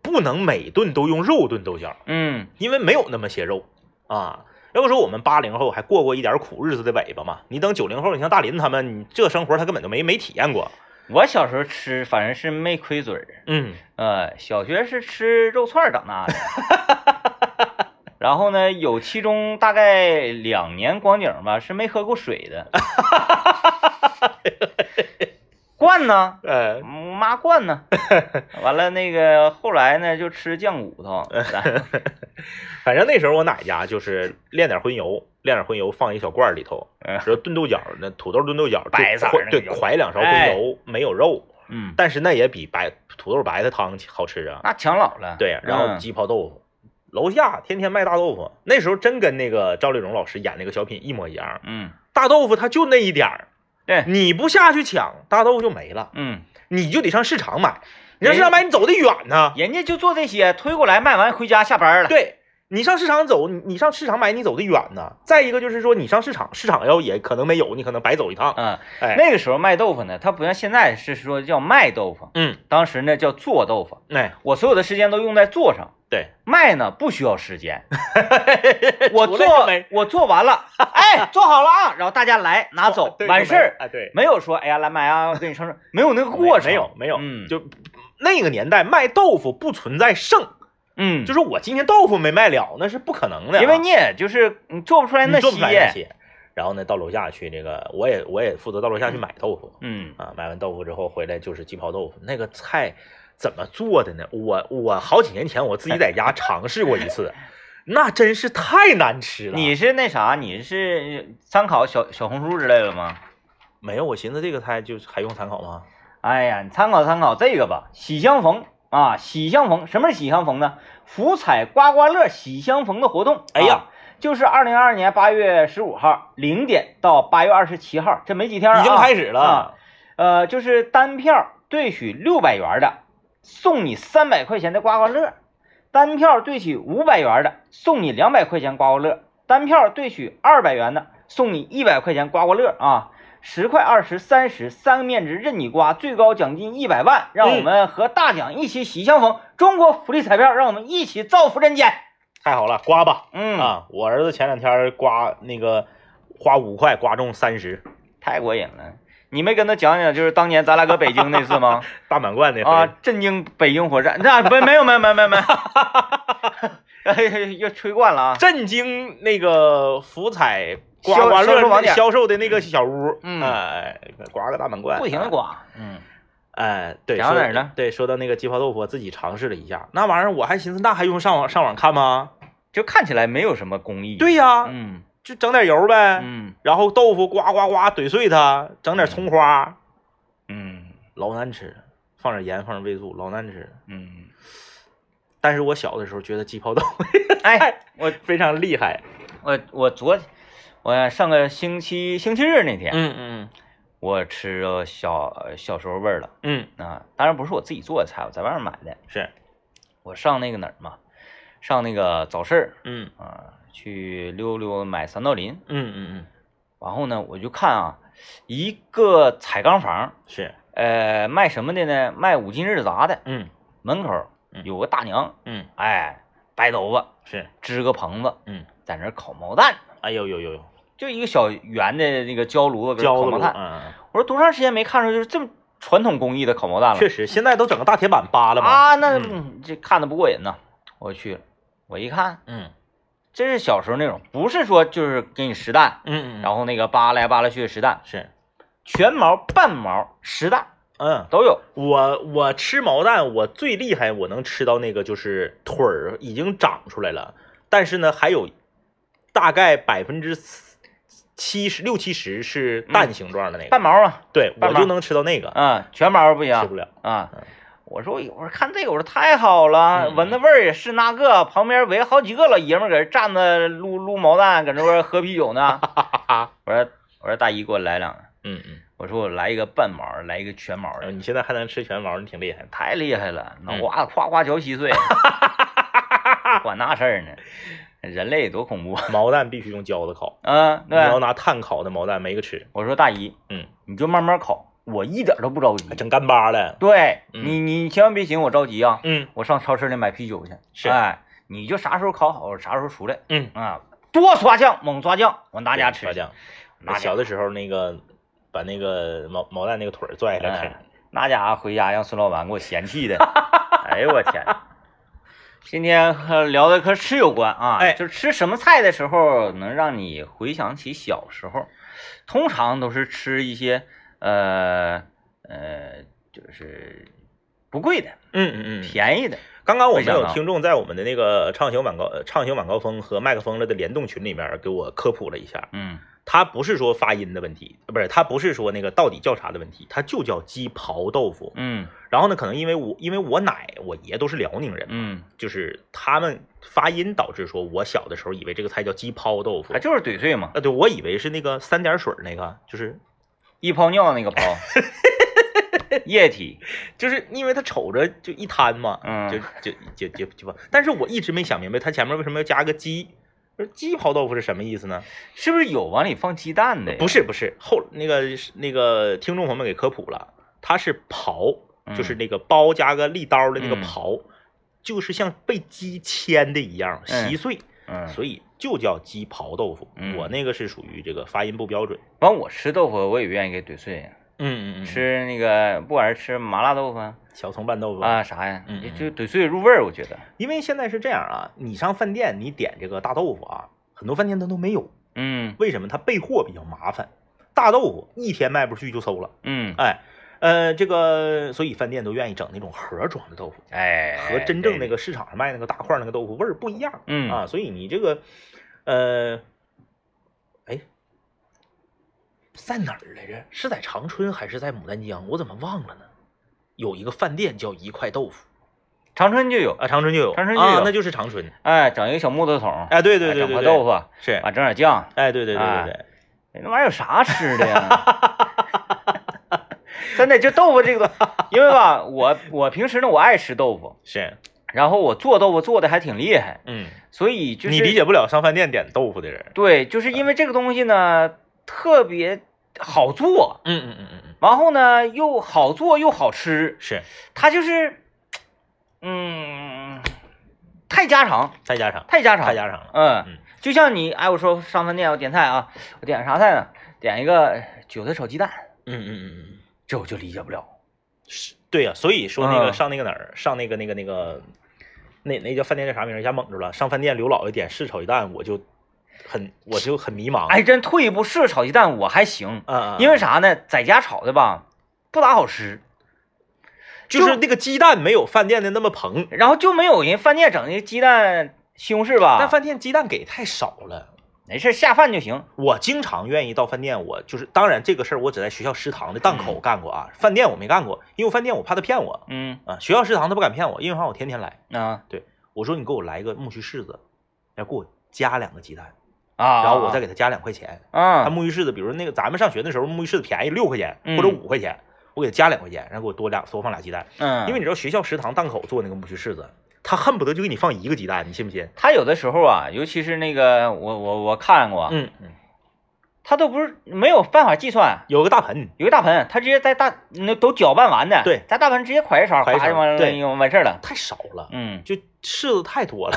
Speaker 2: 不能每顿都用肉炖豆角，
Speaker 1: 嗯
Speaker 2: 因为没有那么些肉啊。要不说我们八零后还过过一点苦日子的尾巴嘛，你等九零后，你像大林他们，你这生活他根本就没没体验过。
Speaker 1: 我小时候吃反正是没亏嘴儿，
Speaker 2: 嗯，
Speaker 1: 呃，小学是吃肉串儿长大的，然后呢，有其中大概两年光景吧是没喝过水的，灌呢，
Speaker 2: 呃，
Speaker 1: 嗯妈灌呢，完了那个后来呢就吃酱骨头，
Speaker 2: 呃反正那时候我奶家就是炼点荤油，炼点荤油放一小罐儿里头，
Speaker 1: 嗯
Speaker 2: 说炖豆角那土豆炖豆角，就
Speaker 1: 白色儿
Speaker 2: 㧟
Speaker 1: 那
Speaker 2: 对，
Speaker 1: 个油
Speaker 2: 㧟两勺
Speaker 1: 哎
Speaker 2: 荤油，没有肉，
Speaker 1: 嗯，
Speaker 2: 但是那也比白土豆白菜汤好吃啊。
Speaker 1: 那强老了，
Speaker 2: 对，然后
Speaker 1: 嗯
Speaker 2: 鸡泡豆腐，楼下天天卖大豆腐，那时候真跟那个赵丽蓉老师演那个小品一模一样，
Speaker 1: 嗯，
Speaker 2: 大豆腐它就那一点儿，
Speaker 1: 对，
Speaker 2: 你不下去抢，大豆腐就没了，
Speaker 1: 嗯，
Speaker 2: 你就得上市场买。你上市场买，你走得远呢。
Speaker 1: 人家就做这些，推过来卖完回家下班了，
Speaker 2: *laughs* 对你上市场走，你你上市场买，你走得远呢。再一个就是说，你上市场，市场要也可能没有，你可能白走一趟。
Speaker 1: 嗯，
Speaker 2: 哎，
Speaker 1: 那个时候卖豆腐呢，它不像现在是说叫卖豆腐，
Speaker 2: 嗯，
Speaker 1: 当时呢叫做豆腐。
Speaker 2: 哎，
Speaker 1: 我所有的时间都用在做上，
Speaker 2: 对，
Speaker 1: 卖呢不需要时
Speaker 2: *laughs*
Speaker 1: 间。我
Speaker 2: 除了就
Speaker 1: 做
Speaker 2: 没
Speaker 1: 我做完
Speaker 2: *laughs*
Speaker 1: 了，哎，做好了啊，然后大家来拿走
Speaker 2: 对
Speaker 1: 完
Speaker 2: 就
Speaker 1: 事
Speaker 2: 没
Speaker 1: 儿，
Speaker 2: 哎，对，
Speaker 1: 没有说哎呀来买啊，我给你称称，没有那个过程，
Speaker 2: 没有没有，
Speaker 1: 嗯
Speaker 2: 就那个年代卖豆腐不存在剩，
Speaker 1: 嗯，
Speaker 2: 就是我今天豆腐没卖了，那是不可能的啊，
Speaker 1: 因为你也就是你做不出来
Speaker 2: 你
Speaker 1: 那
Speaker 2: 做不出来那
Speaker 1: 些，
Speaker 2: 些。然后呢，到楼下去这个，我也我也负责到楼下去买豆腐。
Speaker 1: 嗯
Speaker 2: 啊，买完豆腐之后回来就是鸡泡豆腐，那个菜怎么做的呢？我我好几年前我自己在家尝试过一 *laughs* 次，那真是太难吃了。
Speaker 1: 你是那啥，你是参考小小红书之类的吗？
Speaker 2: 没有？我寻思这个菜就是还用参考吗？
Speaker 1: 哎呀，你参考参考这个吧，喜相逢啊，喜相逢，什么是喜相逢呢？福彩刮刮乐喜相逢的活动，
Speaker 2: 哎呀
Speaker 1: 啊就是二零二二年八月十五号零点到八月二十七号，这没几天、啊、
Speaker 2: 已经开始
Speaker 1: 啊
Speaker 2: 了，
Speaker 1: 呃，就是单票兑取六百元的，送你三百块钱的刮刮乐；单票兑取五百元的，送你两百块钱刮刮乐；单票兑取二百元的，送你一百块钱刮刮乐啊！十块、二十、三十，三个面值任你刮，最高奖金一百万，让我们和大奖一起喜相逢。中国福利彩票，让我们一起造福人间。
Speaker 2: 太好了，刮吧！
Speaker 1: 嗯，
Speaker 2: 啊，我儿子前两天刮那个花五块刮中三十，
Speaker 1: 太过瘾了。你没跟他讲讲，就是当年咱俩搁北京那次吗？
Speaker 2: 大满贯的
Speaker 1: 啊，，震惊北京火站， *laughs* 那不没有没有没有没有没 *laughs* 有，哎又吹惯了啊。
Speaker 2: 震惊那个福彩刮
Speaker 1: 销
Speaker 2: 刮
Speaker 1: 销售
Speaker 2: 乐
Speaker 1: 网
Speaker 2: 那
Speaker 1: 点
Speaker 2: 销售的那个小屋，
Speaker 1: 嗯
Speaker 2: 哎，刮个大满贯，
Speaker 1: 不停的
Speaker 2: 啊，
Speaker 1: 刮，嗯，
Speaker 2: 哎，对，
Speaker 1: 讲到
Speaker 2: 说
Speaker 1: 哪儿呢
Speaker 2: 对，说到那个鸡泡豆腐，我自己尝试了一下，那玩意儿我还寻思，那还用上网上网看吗？
Speaker 1: 就看起来没有什么工艺。
Speaker 2: 对呀、哎
Speaker 1: 嗯
Speaker 2: 就整点油呗，
Speaker 1: 嗯
Speaker 2: 然后豆腐呱呱呱怼碎它，整点葱花，
Speaker 1: 嗯
Speaker 2: 老难吃了，放点盐，放点味素，老难吃了。
Speaker 1: 嗯，
Speaker 2: 但是我小的时候觉得鸡泡豆腐 *laughs*
Speaker 1: 哎，我
Speaker 2: 非常厉害，
Speaker 1: 我我昨我上个星期星期日那天，
Speaker 2: 嗯嗯
Speaker 1: 我吃着小小时候味儿了
Speaker 2: 嗯，
Speaker 1: 啊，当然不是我自己做的菜，我在外面买的。
Speaker 2: 是，
Speaker 1: 我上那个哪儿嘛，上那个早市
Speaker 2: 嗯
Speaker 1: 儿啊，去溜溜买三道林。
Speaker 2: 嗯嗯
Speaker 1: 然后呢，我就看啊，一个彩钢房，
Speaker 2: 嗯，是，
Speaker 1: 呃，卖什么的呢？卖五金日杂的。
Speaker 2: 嗯
Speaker 1: 门口
Speaker 2: 嗯
Speaker 1: 有个大娘，
Speaker 2: 嗯
Speaker 1: 哎，白头发，
Speaker 2: 是，
Speaker 1: 支个棚子，
Speaker 2: 嗯，
Speaker 1: 在那儿烤毛蛋，
Speaker 2: 哎呦呦呦呦，
Speaker 1: 就一个小圆的那个焦炉子，
Speaker 2: 焦
Speaker 1: 烤毛
Speaker 2: 了，
Speaker 1: 蛋。
Speaker 2: 嗯，
Speaker 1: 我说多长时间没看出就是这么传统工艺的烤毛蛋了？
Speaker 2: 确实，现在都整个大铁板扒了嘛，
Speaker 1: 啊，那
Speaker 2: 嗯
Speaker 1: 嗯这看的不过瘾呐。我去了，我一看，
Speaker 2: 嗯
Speaker 1: 这是小时候那种，不是说就是给你实蛋，
Speaker 2: 嗯嗯，
Speaker 1: 然后那个扒来扒拉去的实蛋，
Speaker 2: 是，
Speaker 1: 全毛、半毛、实蛋
Speaker 2: 嗯。
Speaker 1: 都有。
Speaker 2: 我我吃毛蛋，我最厉害，我能吃到那个就是腿儿已经长出来了，但是呢，还有大概百分之七十六七十是蛋形状的那个，
Speaker 1: 嗯半毛啊，
Speaker 2: 对
Speaker 1: 半
Speaker 2: 我
Speaker 1: 毛
Speaker 2: 就能吃到那个，
Speaker 1: 嗯，全毛不一
Speaker 2: 吃
Speaker 1: 样
Speaker 2: 不了。
Speaker 1: 啊
Speaker 2: 嗯。
Speaker 1: 我说，我说看这个，我说太好了，
Speaker 2: 嗯
Speaker 1: 闻那味儿也是那个。旁边围好几个老爷们儿搁这站着撸撸毛蛋，搁那块儿喝啤酒
Speaker 2: *laughs*
Speaker 1: 呢。我说，我说大姨给我来两个，
Speaker 2: 嗯嗯，
Speaker 1: 我说我来一个半毛，来一个全毛的
Speaker 2: 呃。你现在还能吃全毛，你挺厉害
Speaker 1: *laughs*
Speaker 2: 的。
Speaker 1: 太厉害了，脑
Speaker 2: 嗯
Speaker 1: 瓜子夸夸嚼稀
Speaker 2: *laughs*
Speaker 1: 碎，管那事儿呢？人类多恐怖啊！
Speaker 2: 毛蛋必须用焦子烤，
Speaker 1: 嗯，
Speaker 2: 你要
Speaker 1: 对，
Speaker 2: 拿炭烤的毛蛋没个吃，
Speaker 1: 我说大姨，
Speaker 2: 嗯，
Speaker 1: 你就慢慢烤，我一点都不着急。
Speaker 2: 还整干巴了。
Speaker 1: 对
Speaker 2: 嗯
Speaker 1: 你，你千万别寻我着急啊！
Speaker 2: 嗯
Speaker 1: 我上超市里买啤酒去。
Speaker 2: 是
Speaker 1: 哎，你就啥时候烤好，啥时候出来
Speaker 2: 嗯，
Speaker 1: 啊？多刷酱，猛刷酱，往大家吃
Speaker 2: 麻。酱。
Speaker 1: 麻酱
Speaker 2: 小的时候那个把那个毛毛蛋那个腿儿拽下来
Speaker 1: 哎，那家伙回家让孙老板给我嫌
Speaker 2: *laughs*
Speaker 1: 弃的。哎呦我天！今天呃聊的和吃有关啊，
Speaker 2: 哎
Speaker 1: 就是吃什么菜的时候能让你回想起小时候，通常都是吃一些呃呃，就是不贵的、
Speaker 2: 嗯嗯嗯，
Speaker 1: 便宜的。
Speaker 2: 刚刚我们
Speaker 1: 会想
Speaker 2: 有
Speaker 1: 到
Speaker 2: 听众在我们的那个畅行晚高呃畅行晚高峰和麦克风了的联动群里面给我科普了一下，
Speaker 1: 嗯，
Speaker 2: 他不是说发音的问题，呃不是他不是说那个到底叫啥的问题，他就叫鸡刨豆腐。
Speaker 1: 嗯
Speaker 2: 然后呢，可能因为我因为我奶我爷都是辽宁人，
Speaker 1: 嗯，
Speaker 2: 就是他们发音导致说我小的时候以为这个菜叫鸡刨豆腐
Speaker 1: 它，就是怼碎嘛，
Speaker 2: 啊对我以为是那个三点水那个，就是
Speaker 1: 一泡尿那个
Speaker 2: *laughs*
Speaker 1: 泡，液体。
Speaker 2: 就是因为它瞅着就一摊嘛，
Speaker 1: 嗯
Speaker 2: 就就就就就但是我一直没想明白它前面为什么要加个鸡，就是鸡刨豆腐是什么意思呢？
Speaker 1: 是不是有往里放鸡蛋的呀？
Speaker 2: 不是不是，后那个是那个听众朋友们给科普了，它是刨，就是那个包加个利刀的那个
Speaker 1: 嗯刨
Speaker 2: 刨，就是像被鸡牵的一样
Speaker 1: 嗯
Speaker 2: 稀碎，
Speaker 1: 嗯，嗯，
Speaker 2: 所以就叫鸡刨豆腐。
Speaker 1: 嗯
Speaker 2: 我那个是属于这个发音不标准。
Speaker 1: 完我吃豆腐我也愿意给怼碎呀。
Speaker 2: 嗯嗯
Speaker 1: 吃那个不管是吃麻辣豆腐啊
Speaker 2: 小葱拌豆腐，
Speaker 1: 啊啥呀，
Speaker 2: 嗯嗯
Speaker 1: 就就怼碎入味儿，我觉得，
Speaker 2: 因为现在是这样啊，你上饭店你点这个大豆腐啊，很多饭店它都没有，
Speaker 1: 嗯
Speaker 2: 为什么？它备货比较麻烦，大豆腐一天卖不出去就馊了。
Speaker 1: 嗯，
Speaker 2: 哎，呃，这个所以饭店都愿意整那种盒装的豆腐。
Speaker 1: 哎，
Speaker 2: 和真正那
Speaker 1: 个，
Speaker 2: 个市场上卖那个大块儿那个豆腐味儿不一样
Speaker 1: 嗯
Speaker 2: 啊，所以你这个，呃，哎，在哪儿来着？是在长春还是在牡丹江？我怎么忘了呢？有一个饭店叫一块豆腐
Speaker 1: 长春就有，
Speaker 2: 啊，长春就有，
Speaker 1: 长春就有
Speaker 2: 啊那就是长春。
Speaker 1: 哎，整一个小木头桶，
Speaker 2: 哎，对对
Speaker 1: 哎
Speaker 2: 对
Speaker 1: 整
Speaker 2: 对
Speaker 1: 块
Speaker 2: 对，
Speaker 1: 豆腐，啊，
Speaker 2: 是，
Speaker 1: 整点酱，
Speaker 2: 哎，对对对
Speaker 1: 啊
Speaker 2: 对对，
Speaker 1: 那玩意儿有啥吃的呀？ *laughs* 真的，就豆腐这个东，因为吧，我我平时呢我爱吃豆腐，
Speaker 2: 是，
Speaker 1: 然后我做豆腐做的还挺厉害，
Speaker 2: 嗯，
Speaker 1: 所以就是
Speaker 2: 你理解不了上饭店点豆腐的人。
Speaker 1: 对，就是因为这个东西呢特别好做，
Speaker 2: 嗯嗯嗯嗯嗯，
Speaker 1: 然后呢，又好做又好吃，
Speaker 2: 是，
Speaker 1: 它就是，嗯，太家常，
Speaker 2: 再加上
Speaker 1: 太家常，
Speaker 2: 太家常了。
Speaker 1: 嗯
Speaker 2: 嗯，
Speaker 1: 就像你，哎，我说上饭店我点菜啊，我点啥菜呢？点一个韭菜炒鸡蛋，
Speaker 2: 嗯嗯嗯嗯，
Speaker 1: 这我就理解不了。
Speaker 2: 是，对呀、所以说那个
Speaker 1: 嗯
Speaker 2: 上那个哪儿，上那个那个那个，那那叫饭店叫啥名儿？一下蒙住了。上饭店刘老爷点是炒鸡蛋，我就很我就很迷茫。
Speaker 1: 哎，真退一步是炒鸡蛋我还行，
Speaker 2: 嗯，嗯，嗯
Speaker 1: 因为啥呢？在家炒的吧，不咋好吃，
Speaker 2: 就是那个鸡蛋没有饭店的那么蓬，
Speaker 1: 然后就没有人饭店整那鸡蛋西红柿吧。
Speaker 2: 但饭店鸡蛋给太少了。
Speaker 1: 没事下饭就行。
Speaker 2: 我经常愿意到饭店，我就是当然这个事儿我只在学校食堂的档口干过啊，饭店我没干过，因为饭店我怕他骗我
Speaker 1: 嗯
Speaker 2: 啊，学校食堂他不敢骗我，因为啥我天天来。
Speaker 1: 啊
Speaker 2: 我说你给我来个木须柿子，然后给我加两个鸡蛋，
Speaker 1: 啊，
Speaker 2: 然后我再给他加两块钱。他
Speaker 1: 啊
Speaker 2: 木鱼柿子，比如那个咱们上学的时候，木鱼柿子便宜六块钱
Speaker 1: 嗯
Speaker 2: 或者五块钱，我给他加两块钱，然后给我多俩多放俩鸡蛋，
Speaker 1: 嗯，
Speaker 2: 因为你知道学校食堂档口做那个木须柿子，他恨不得就给你放一个鸡蛋，你信不信？
Speaker 1: 他有的时候啊，尤其是那个我我我看过，
Speaker 2: 嗯嗯，
Speaker 1: 他都不是没有办法计算，
Speaker 2: 有个大盆，
Speaker 1: 有个大盆，他直接在大那都搅拌完的，
Speaker 2: 对，
Speaker 1: 在大盆直接㧟一勺，
Speaker 2: 㧟
Speaker 1: 哗
Speaker 2: 一勺
Speaker 1: 就完了，
Speaker 2: 对
Speaker 1: 就完事儿了。
Speaker 2: 太少了，
Speaker 1: 嗯
Speaker 2: 就柿子太
Speaker 1: *laughs*
Speaker 2: 多了，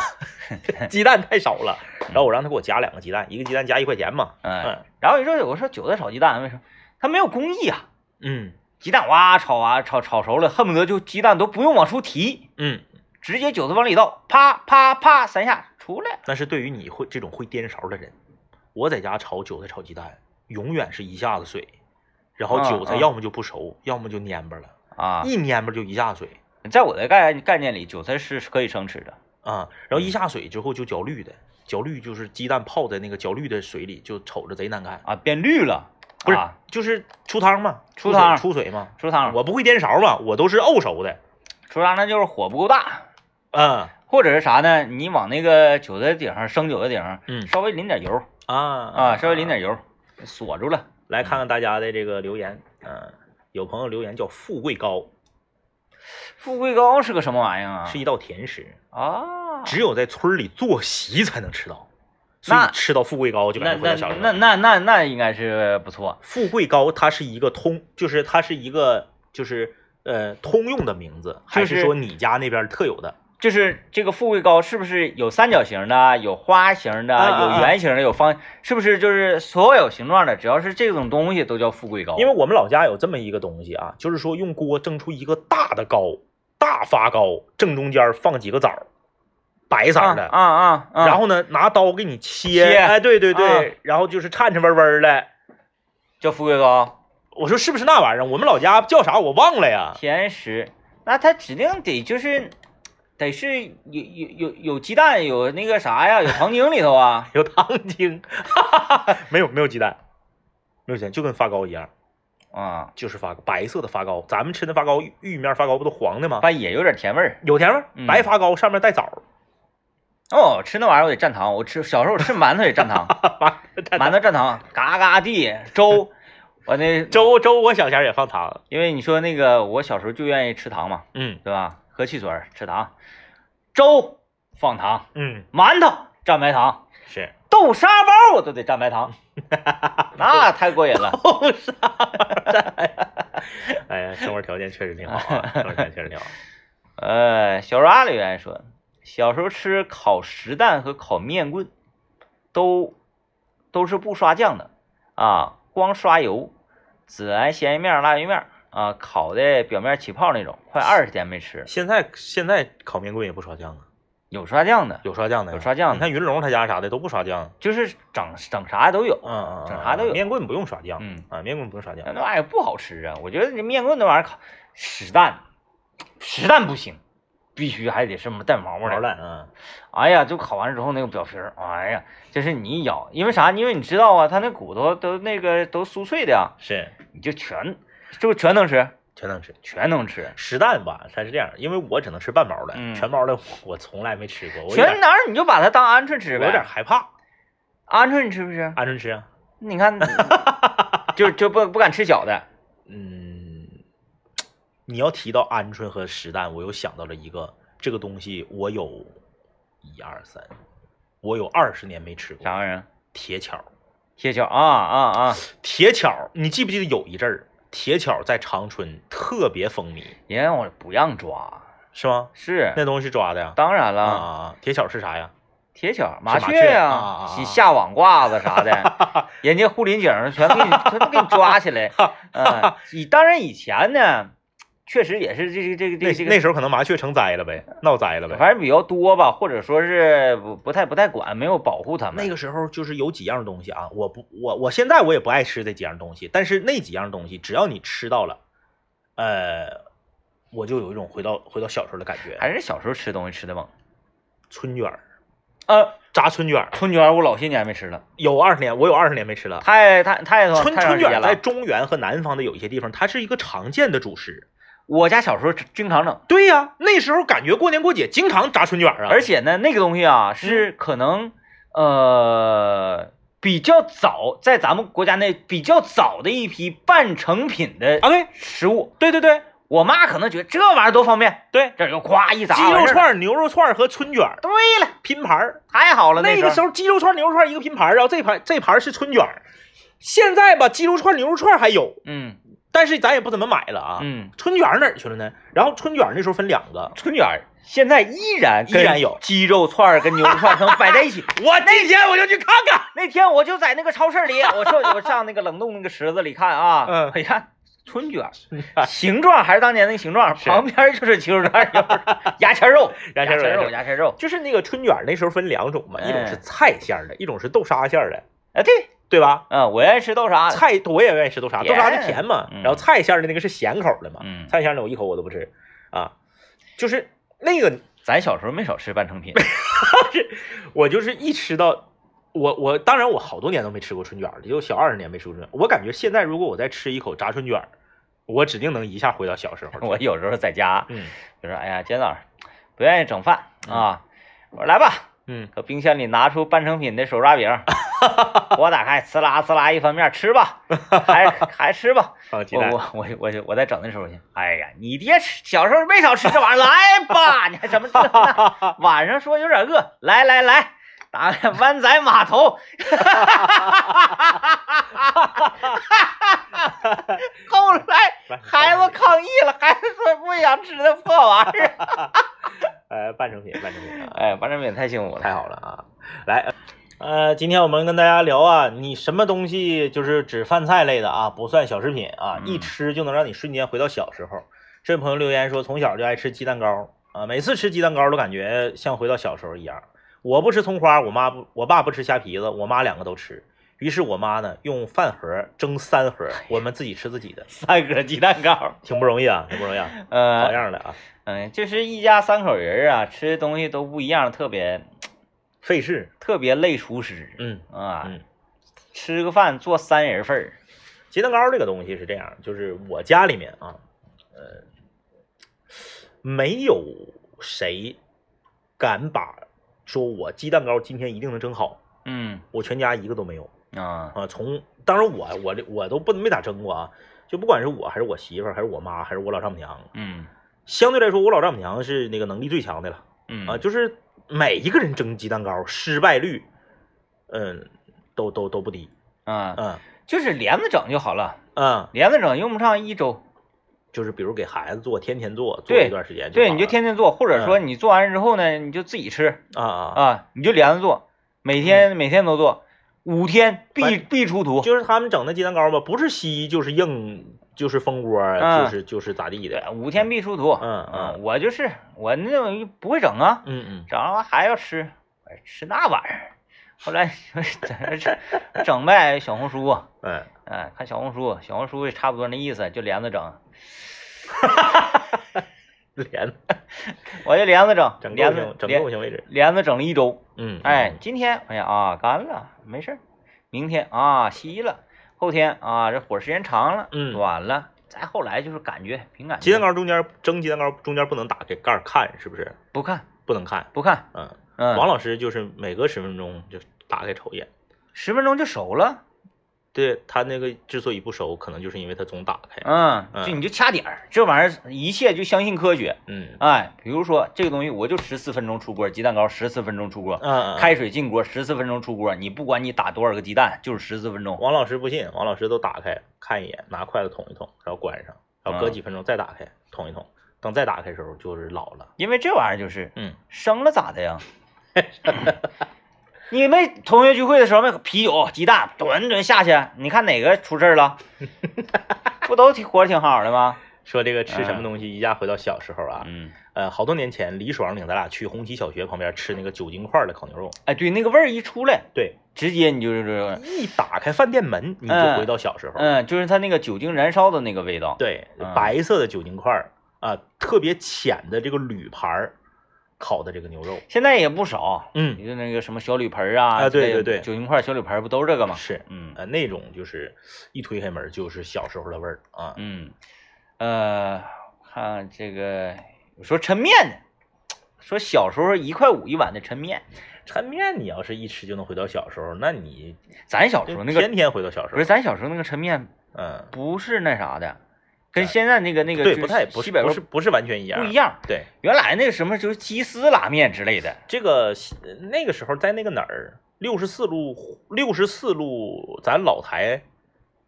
Speaker 2: 鸡蛋太少了，然后我让他给我加两个鸡蛋，一个鸡蛋加一块钱嘛，
Speaker 1: 嗯，
Speaker 2: 嗯
Speaker 1: 然后你说我说韭菜炒鸡蛋为什么？它没有工艺啊，
Speaker 2: 嗯
Speaker 1: 鸡蛋哇炒啊炒炒熟了，恨不得就鸡蛋都不用往出提，
Speaker 2: 嗯，
Speaker 1: 直接韭菜往里倒，啪啪啪三下出来。
Speaker 2: 但是对于你会这种会颠勺的人，我在家炒韭菜炒鸡蛋，永远是一下子水，然后
Speaker 1: 啊
Speaker 2: 韭菜
Speaker 1: 啊
Speaker 2: 要么就不熟，要么就蔫巴了。
Speaker 1: 啊，
Speaker 2: 一蔫巴就一下水
Speaker 1: 在我的概概念里，韭菜是可以生吃的。
Speaker 2: 啊，然
Speaker 1: 嗯
Speaker 2: 后一下水之后就焦绿的，焦绿就是鸡蛋泡在那个焦绿的水里，就瞅着贼难看，
Speaker 1: 啊，变绿了，
Speaker 2: 不是、
Speaker 1: 啊
Speaker 2: 就是出汤嘛，
Speaker 1: 出
Speaker 2: 水
Speaker 1: 汤啊
Speaker 2: 出水嘛，
Speaker 1: 出汤，
Speaker 2: 我不会颠勺嘛，我都是沤熟的，
Speaker 1: 出汤那就是火不够大，
Speaker 2: 嗯
Speaker 1: 或者是啥呢？你往那个韭菜顶上生韭菜顶上，
Speaker 2: 嗯
Speaker 1: 稍微淋点油
Speaker 2: 啊啊
Speaker 1: 啊，稍微淋点油，嗯锁住了。
Speaker 2: 来看看大家的这个留言，嗯、有朋友留言叫富贵糕，
Speaker 1: 富贵糕是个什么玩意儿啊？
Speaker 2: 是一道甜食，
Speaker 1: 啊，
Speaker 2: 只有在村里坐席才能吃到，所
Speaker 1: 那
Speaker 2: 以吃到富贵糕就
Speaker 1: 那
Speaker 2: 感觉回
Speaker 1: 那
Speaker 2: 到小时候。
Speaker 1: 那那那那应该是不错。
Speaker 2: 富贵糕它是一个通，就是它是一个就是呃通用的名字，还
Speaker 1: 就是
Speaker 2: 是说你家那边特有的？
Speaker 1: 就是这个富贵糕是不是有三角形的、有花形的、
Speaker 2: 啊啊啊
Speaker 1: 有圆形的、有方？是不是就是所有形状的，只要是这种东西都叫富贵糕？啊
Speaker 2: 因为我们老家有这么一个东西啊，就是说用锅蒸出一个大的糕，大发糕，正中间放几个枣儿，白色
Speaker 1: 啊
Speaker 2: 儿的，
Speaker 1: 啊啊，啊
Speaker 2: 然后呢拿刀给你切，
Speaker 1: 切
Speaker 2: 哎，对对对，
Speaker 1: 啊
Speaker 2: 然后就是颤颤巍巍的。
Speaker 1: 叫富贵糕。
Speaker 2: 我说是不是那玩意儿？我们老家叫啥我忘了呀。。
Speaker 1: 甜食，那它指定得就是得是有有有有鸡蛋，有那个啥呀，有糖精里头啊
Speaker 2: 有糖精，哈哈 *laughs* 哈没有没有鸡蛋，没有鸡蛋，就跟发糕一样。
Speaker 1: 啊，
Speaker 2: 就是发白色的发糕，咱们吃的发糕玉玉米面发糕不都黄的吗？
Speaker 1: 反正也有点甜味儿。
Speaker 2: 有甜味儿，
Speaker 1: 嗯
Speaker 2: 白发糕上面带枣儿，
Speaker 1: 哦，吃那玩意儿我得蘸糖，我吃小时候我吃馒头也蘸糖，馒头蘸糖，嘎嘎地粥。我那，
Speaker 2: 粥粥我小前儿也放糖，
Speaker 1: 因为你说那个我小时候就愿意吃糖嘛，
Speaker 2: 嗯
Speaker 1: 对吧？喝汽水儿吃糖，粥放糖，
Speaker 2: 嗯
Speaker 1: 馒头蘸白糖，
Speaker 2: 是，
Speaker 1: 豆沙包我都得蘸白 *laughs* 糖，那太过瘾了。
Speaker 2: 哎呀，生活条件确实挺好啊，生活条件确实挺好，
Speaker 1: 呃，小拉留言说，小时候吃烤实蛋和烤面棍，都都是不刷酱的啊，光刷油，孜然咸鱼面儿、腊鱼面儿啊，烤的表面起泡那种，快二十天没吃了，
Speaker 2: 现在现在烤面棍也不刷酱啊，
Speaker 1: 有刷酱的，
Speaker 2: 有刷酱的呀，
Speaker 1: 有刷酱的
Speaker 2: 你看云龙他家啥的都不刷酱，
Speaker 1: 就是整整啥都有。
Speaker 2: 嗯嗯，嗯
Speaker 1: 整啥都有
Speaker 2: 面棍不用刷酱，
Speaker 1: 嗯，
Speaker 2: 啊，面棍不用刷酱，
Speaker 1: 那玩意儿不好吃啊，我觉得这面棍那玩意儿烤实蛋，实蛋不行，必须还得是带毛
Speaker 2: 毛
Speaker 1: 毛的。
Speaker 2: 蛋啊，
Speaker 1: 哎呀，就烤完之后那个表皮儿，哎呀，就是你一咬，因为啥？因为你知道啊，它那骨头都那个都酥脆的呀，
Speaker 2: 是
Speaker 1: 你就全，是不是全能吃？
Speaker 2: 全能吃。
Speaker 1: 全能吃，
Speaker 2: 实蛋吧，它是这样，因为我只能吃半毛的，
Speaker 1: 嗯
Speaker 2: 全毛的我我从来没吃过，我有
Speaker 1: 全
Speaker 2: 点
Speaker 1: 能你就把它当鹌鹑
Speaker 2: 我
Speaker 1: 吃呗。
Speaker 2: 有点害怕，
Speaker 1: 鹌鹑你吃不吃？
Speaker 2: 鹌鹑吃啊。
Speaker 1: 你
Speaker 2: *laughs*
Speaker 1: 看，就就不不敢吃小的，
Speaker 2: 嗯，你要提到鹌鹑和实蛋，我又想到了一个这个东西，我有一二三，我有二十年没吃
Speaker 1: 啥
Speaker 2: 过
Speaker 1: 玩意儿？
Speaker 2: 铁巧。
Speaker 1: 铁锹啊啊啊！
Speaker 2: 铁巧，你记不记得有一阵儿铁巧在长春特别风靡，
Speaker 1: 人家我不让抓，
Speaker 2: 是吗？
Speaker 1: 是
Speaker 2: 那东西是抓的呀？
Speaker 1: 当然
Speaker 2: 啊
Speaker 1: 了，
Speaker 2: 啊！啊铁巧是啥呀？
Speaker 1: 铁巧、
Speaker 2: 麻
Speaker 1: 雀
Speaker 2: 雀
Speaker 1: 呀、
Speaker 2: 啊啊啊
Speaker 1: 洗下网褂子啥的，人家护林警儿全给你全都给你抓起
Speaker 2: *laughs*
Speaker 1: 来。嗯，以当然以前呢，确实也是这个这个这
Speaker 2: 那
Speaker 1: 个这
Speaker 2: 那
Speaker 1: 个，
Speaker 2: 时候可能麻雀成灾了呗，闹灾了呗。
Speaker 1: 反正比较多吧，或者说是不不太不太管，没有保护他们。
Speaker 2: 那个时候就是有几样东西啊，我不我我现在我也不爱吃这几样东西，但是那几样东西只要你吃到了，呃，我就有一种回到回到小时候的感觉。
Speaker 1: 还是小时候吃东西吃的猛。
Speaker 2: 春卷儿，
Speaker 1: 呃，
Speaker 2: 炸春卷儿，
Speaker 1: 春卷儿我老些年没吃了，
Speaker 2: 有二十年，我有二十年没吃了。
Speaker 1: 太太太多
Speaker 2: 春
Speaker 1: 哦太长
Speaker 2: 春
Speaker 1: 时
Speaker 2: 卷
Speaker 1: 间
Speaker 2: 儿在
Speaker 1: 了。
Speaker 2: 中原和南方的有一些地方，它是一个常见的主食。
Speaker 1: 我家小时候经常整，
Speaker 2: 对呀、那时候感觉过年过节经常炸春卷儿啊，
Speaker 1: 而且呢，那个东西啊是可能、呃比较早在咱们国家内比较早的一批半成品的
Speaker 2: 啊对
Speaker 1: 食物。
Speaker 2: 对对对
Speaker 1: 我妈可能觉得这玩意儿多方便，
Speaker 2: 对，
Speaker 1: 这就夸一砸
Speaker 2: 鸡肉
Speaker 1: 完事儿
Speaker 2: 串儿、牛肉串儿和春卷儿
Speaker 1: 对了，
Speaker 2: 拼盘儿。
Speaker 1: 太好了，
Speaker 2: 那
Speaker 1: 个
Speaker 2: 个时候鸡肉串、牛肉串一个拼盘，然后这盘这盘是春卷儿。现在吧，鸡肉串、牛肉串还有，
Speaker 1: 嗯
Speaker 2: 但是咱也不怎么买了啊。
Speaker 1: 嗯，
Speaker 2: 春卷儿哪儿去了呢？然后春卷儿那时候分两个，
Speaker 1: 春卷儿现在依然
Speaker 2: 依
Speaker 1: 跟
Speaker 2: 然有
Speaker 1: 鸡肉串儿跟牛肉串儿能摆在一起。
Speaker 2: 我今天我就去看看。
Speaker 1: *laughs* 那天我就在那个超市里，我说我上那个冷冻那个池子里看啊，
Speaker 2: 嗯
Speaker 1: 我一看春卷儿，形状还是当年那个形状，
Speaker 2: 是
Speaker 1: 旁边就是鸡肉串，就是 *laughs* 牙签肉，
Speaker 2: 牙签
Speaker 1: 签
Speaker 2: 肉
Speaker 1: 肉， *laughs* 牙签肉，
Speaker 2: 就是那个春卷儿那时候分两种嘛，
Speaker 1: 哎
Speaker 2: 一种是菜馅儿的，一种是豆沙馅儿的，
Speaker 1: 啊对，
Speaker 2: 对吧？
Speaker 1: 嗯，我愿意吃豆沙，
Speaker 2: 菜我也愿意吃豆沙，
Speaker 1: 甜
Speaker 2: 豆沙就甜嘛。
Speaker 1: 嗯
Speaker 2: 然后菜馅儿的那个是咸口的嘛，
Speaker 1: 嗯，
Speaker 2: 菜馅儿的我一口我都不吃啊。就是那个
Speaker 1: 咱小时候没少吃半成 *laughs* 品，
Speaker 2: 我就是一吃到我我当然我好多年都没吃过春卷了，也有小二十年没吃过春卷。我感觉现在如果我再吃一口炸春卷儿，我指定能一下回到小时候。
Speaker 1: *laughs* 我有时候在家
Speaker 2: 嗯
Speaker 1: 就说，哎呀，今天早上不愿意整饭啊，我说来吧，
Speaker 2: 嗯，
Speaker 1: 搁冰箱里拿出半成品的手 *laughs* 抓饼，我打开，呲啦呲啦一翻面，吃吧，还还吃吧。
Speaker 2: 放鸡
Speaker 1: 我
Speaker 2: 蛋。
Speaker 1: 我我我就我再整那时候去。哎呀，你爹吃小时候没少吃这玩意儿，来吧，你还什么这 *laughs* 那？晚上说有点饿，来来来，打开湾仔码头，后来孩子抗议了，孩子说不想吃那破玩意儿。
Speaker 2: 呃半成品半成品啊，
Speaker 1: 哎，完成品太幸福了，
Speaker 2: 太好了啊！来，呃，今天我们跟大家聊啊，你什么东西就是指饭菜类的啊，不算小食品啊，
Speaker 1: 嗯
Speaker 2: 一吃就能让你瞬间回到小时候。这位朋友留言说，从小就爱吃鸡蛋糕啊，每次吃鸡蛋糕都感觉像回到小时候一样。我不吃葱花，我妈不，我爸不吃虾皮子，我妈两个都吃。于是我妈呢，用饭盒蒸三盒，我们自己吃自己的，
Speaker 1: 三个鸡蛋糕，
Speaker 2: 挺不容易啊，挺不容易啊，好
Speaker 1: 呃，
Speaker 2: 样的啊，
Speaker 1: 嗯，就是一家三口人儿啊，吃的东西都不一样，特别
Speaker 2: 费事，
Speaker 1: 特别累厨师。
Speaker 2: 嗯。
Speaker 1: 啊，
Speaker 2: 嗯
Speaker 1: 吃个饭做三人份儿，
Speaker 2: 鸡蛋糕这个东西是这样，就是我家里面啊，呃，没有谁敢把说我鸡蛋糕今天一定能蒸好，
Speaker 1: 嗯
Speaker 2: 我全家一个都没有
Speaker 1: 啊，
Speaker 2: 啊。从当然我我我都不没咋蒸过啊，就不管是我还是我媳妇儿还是我妈还是我老丈母娘，
Speaker 1: 嗯
Speaker 2: 相对来说我老丈母娘是那个能力最强的了
Speaker 1: 嗯
Speaker 2: 啊，就是每一个人蒸鸡蛋糕失败率，嗯，都都都不低，
Speaker 1: 啊，
Speaker 2: 嗯
Speaker 1: 就是帘子整就好了，
Speaker 2: 嗯。
Speaker 1: 帘子整用不上一周，
Speaker 2: 就是比如给孩子做，天天做，做
Speaker 1: 对
Speaker 2: 一段时间就
Speaker 1: 对，
Speaker 2: 好
Speaker 1: 你就
Speaker 2: 了嗯
Speaker 1: 天天做，或者说你做完之后呢，你就自己吃
Speaker 2: 啊啊，
Speaker 1: 啊，你就帘子做，每天每天都做，五天必
Speaker 2: 嗯反
Speaker 1: 必出图。
Speaker 2: 就是他们整的鸡蛋糕吧，不是稀就是硬，就是蜂窝，
Speaker 1: 嗯
Speaker 2: 就是就是咋地
Speaker 1: 对
Speaker 2: 的，，
Speaker 1: 五天必出图。
Speaker 2: 嗯
Speaker 1: 啊
Speaker 2: 嗯
Speaker 1: 我就是我那种就不会整啊，
Speaker 2: 嗯嗯，
Speaker 1: 整完还要吃，哎吃那玩意儿。后来 *laughs* 整整整呗，小红书啊、
Speaker 2: 哎，
Speaker 1: 哎，看小红书，小红书也差不多那意思，就帘子整，
Speaker 2: 连
Speaker 1: 我就帘子整，
Speaker 2: 整够
Speaker 1: 帘
Speaker 2: 行
Speaker 1: 子，
Speaker 2: 整够
Speaker 1: 帘
Speaker 2: 行为止，
Speaker 1: 帘子整了一周，
Speaker 2: 嗯，嗯
Speaker 1: 哎，，今天哎呀啊干了，没事儿，明天啊稀了，后天啊这火时间长了，
Speaker 2: 嗯
Speaker 1: 短了，再后来就是感觉凭感觉，
Speaker 2: 鸡蛋糕中间蒸鸡蛋糕中间不能打开盖儿看，是不是？
Speaker 1: 不看
Speaker 2: 不能看，
Speaker 1: 不看，
Speaker 2: 嗯，
Speaker 1: 嗯，
Speaker 2: 王老师就是每隔十分钟就打开瞅一眼。
Speaker 1: 十分钟就熟了，
Speaker 2: 对他那个之所以不熟，可能就是因为他总打开，
Speaker 1: 嗯，
Speaker 2: 嗯
Speaker 1: 就你就掐点儿，这玩意儿一切就相信科学，
Speaker 2: 嗯
Speaker 1: 哎，比如说这个东西我就十四分钟出锅，鸡蛋糕十四分钟出锅，
Speaker 2: 嗯，嗯
Speaker 1: 开水进锅十四分钟出锅，你不管你打多少个鸡蛋，就是十四分钟。
Speaker 2: 王老师不信，王老师都打开看一眼，拿筷子捅一捅，然后关上，然后隔
Speaker 1: 啊
Speaker 2: 几分钟再打开捅一捅，等再打开的时候就是老了。
Speaker 1: 因为这玩意儿就是
Speaker 2: 嗯， *laughs*
Speaker 1: 生了咋的呀？你们同学聚会的时候，那个啤酒、鸡蛋，吨吨下去，你看哪个出事儿
Speaker 2: *laughs*
Speaker 1: 了？不都挺活得挺好的吗？
Speaker 2: 说这个吃什么东西，一下回到小时候啊，
Speaker 1: 啊嗯，
Speaker 2: 呃，好多年前李爽领咱俩去红旗小学旁边吃那个九京块儿的烤牛肉，
Speaker 1: 哎，对，那个味儿一出来，
Speaker 2: 对，
Speaker 1: 直接你就是，
Speaker 2: 一打开饭店门你就
Speaker 1: 嗯
Speaker 2: 回到小时候，
Speaker 1: 嗯，就是它那个酒精燃烧的那个味道。
Speaker 2: 对，
Speaker 1: 嗯
Speaker 2: 白色的九京块儿啊、特别浅的这个铝盘儿烤的这个牛肉，
Speaker 1: 现在也不少，
Speaker 2: 嗯，
Speaker 1: 你就那个什么小铝盆儿啊，
Speaker 2: 啊对
Speaker 1: 之类的
Speaker 2: 对对
Speaker 1: 酒精块、小铝盆儿不都是这个吗？
Speaker 2: 是，
Speaker 1: 嗯
Speaker 2: 呃，那种就是一推开门就是小时候的味儿啊，
Speaker 1: 嗯，呃，看这个，有说抻面呢，说小时候一块五一碗的抻面，
Speaker 2: 嗯抻面你要是一吃就能回到小时候，那你
Speaker 1: 咱小时
Speaker 2: 就
Speaker 1: 候那个
Speaker 2: 天天回到小时
Speaker 1: 不
Speaker 2: 候
Speaker 1: 是，咱小时候那个抻面
Speaker 2: 嗯，
Speaker 1: 不是那啥的，
Speaker 2: 哎
Speaker 1: 跟现在那个那个
Speaker 2: 对，
Speaker 1: 就
Speaker 2: 不
Speaker 1: 是
Speaker 2: 太不
Speaker 1: 西
Speaker 2: 是
Speaker 1: 北味
Speaker 2: 不
Speaker 1: 儿
Speaker 2: 是不是完全一样，
Speaker 1: 不一，样。
Speaker 2: 对。
Speaker 1: 原来那个什么就是鸡丝拉面之类的，
Speaker 2: 这个呃那个时候在那个哪儿，六十四路六十四路咱老台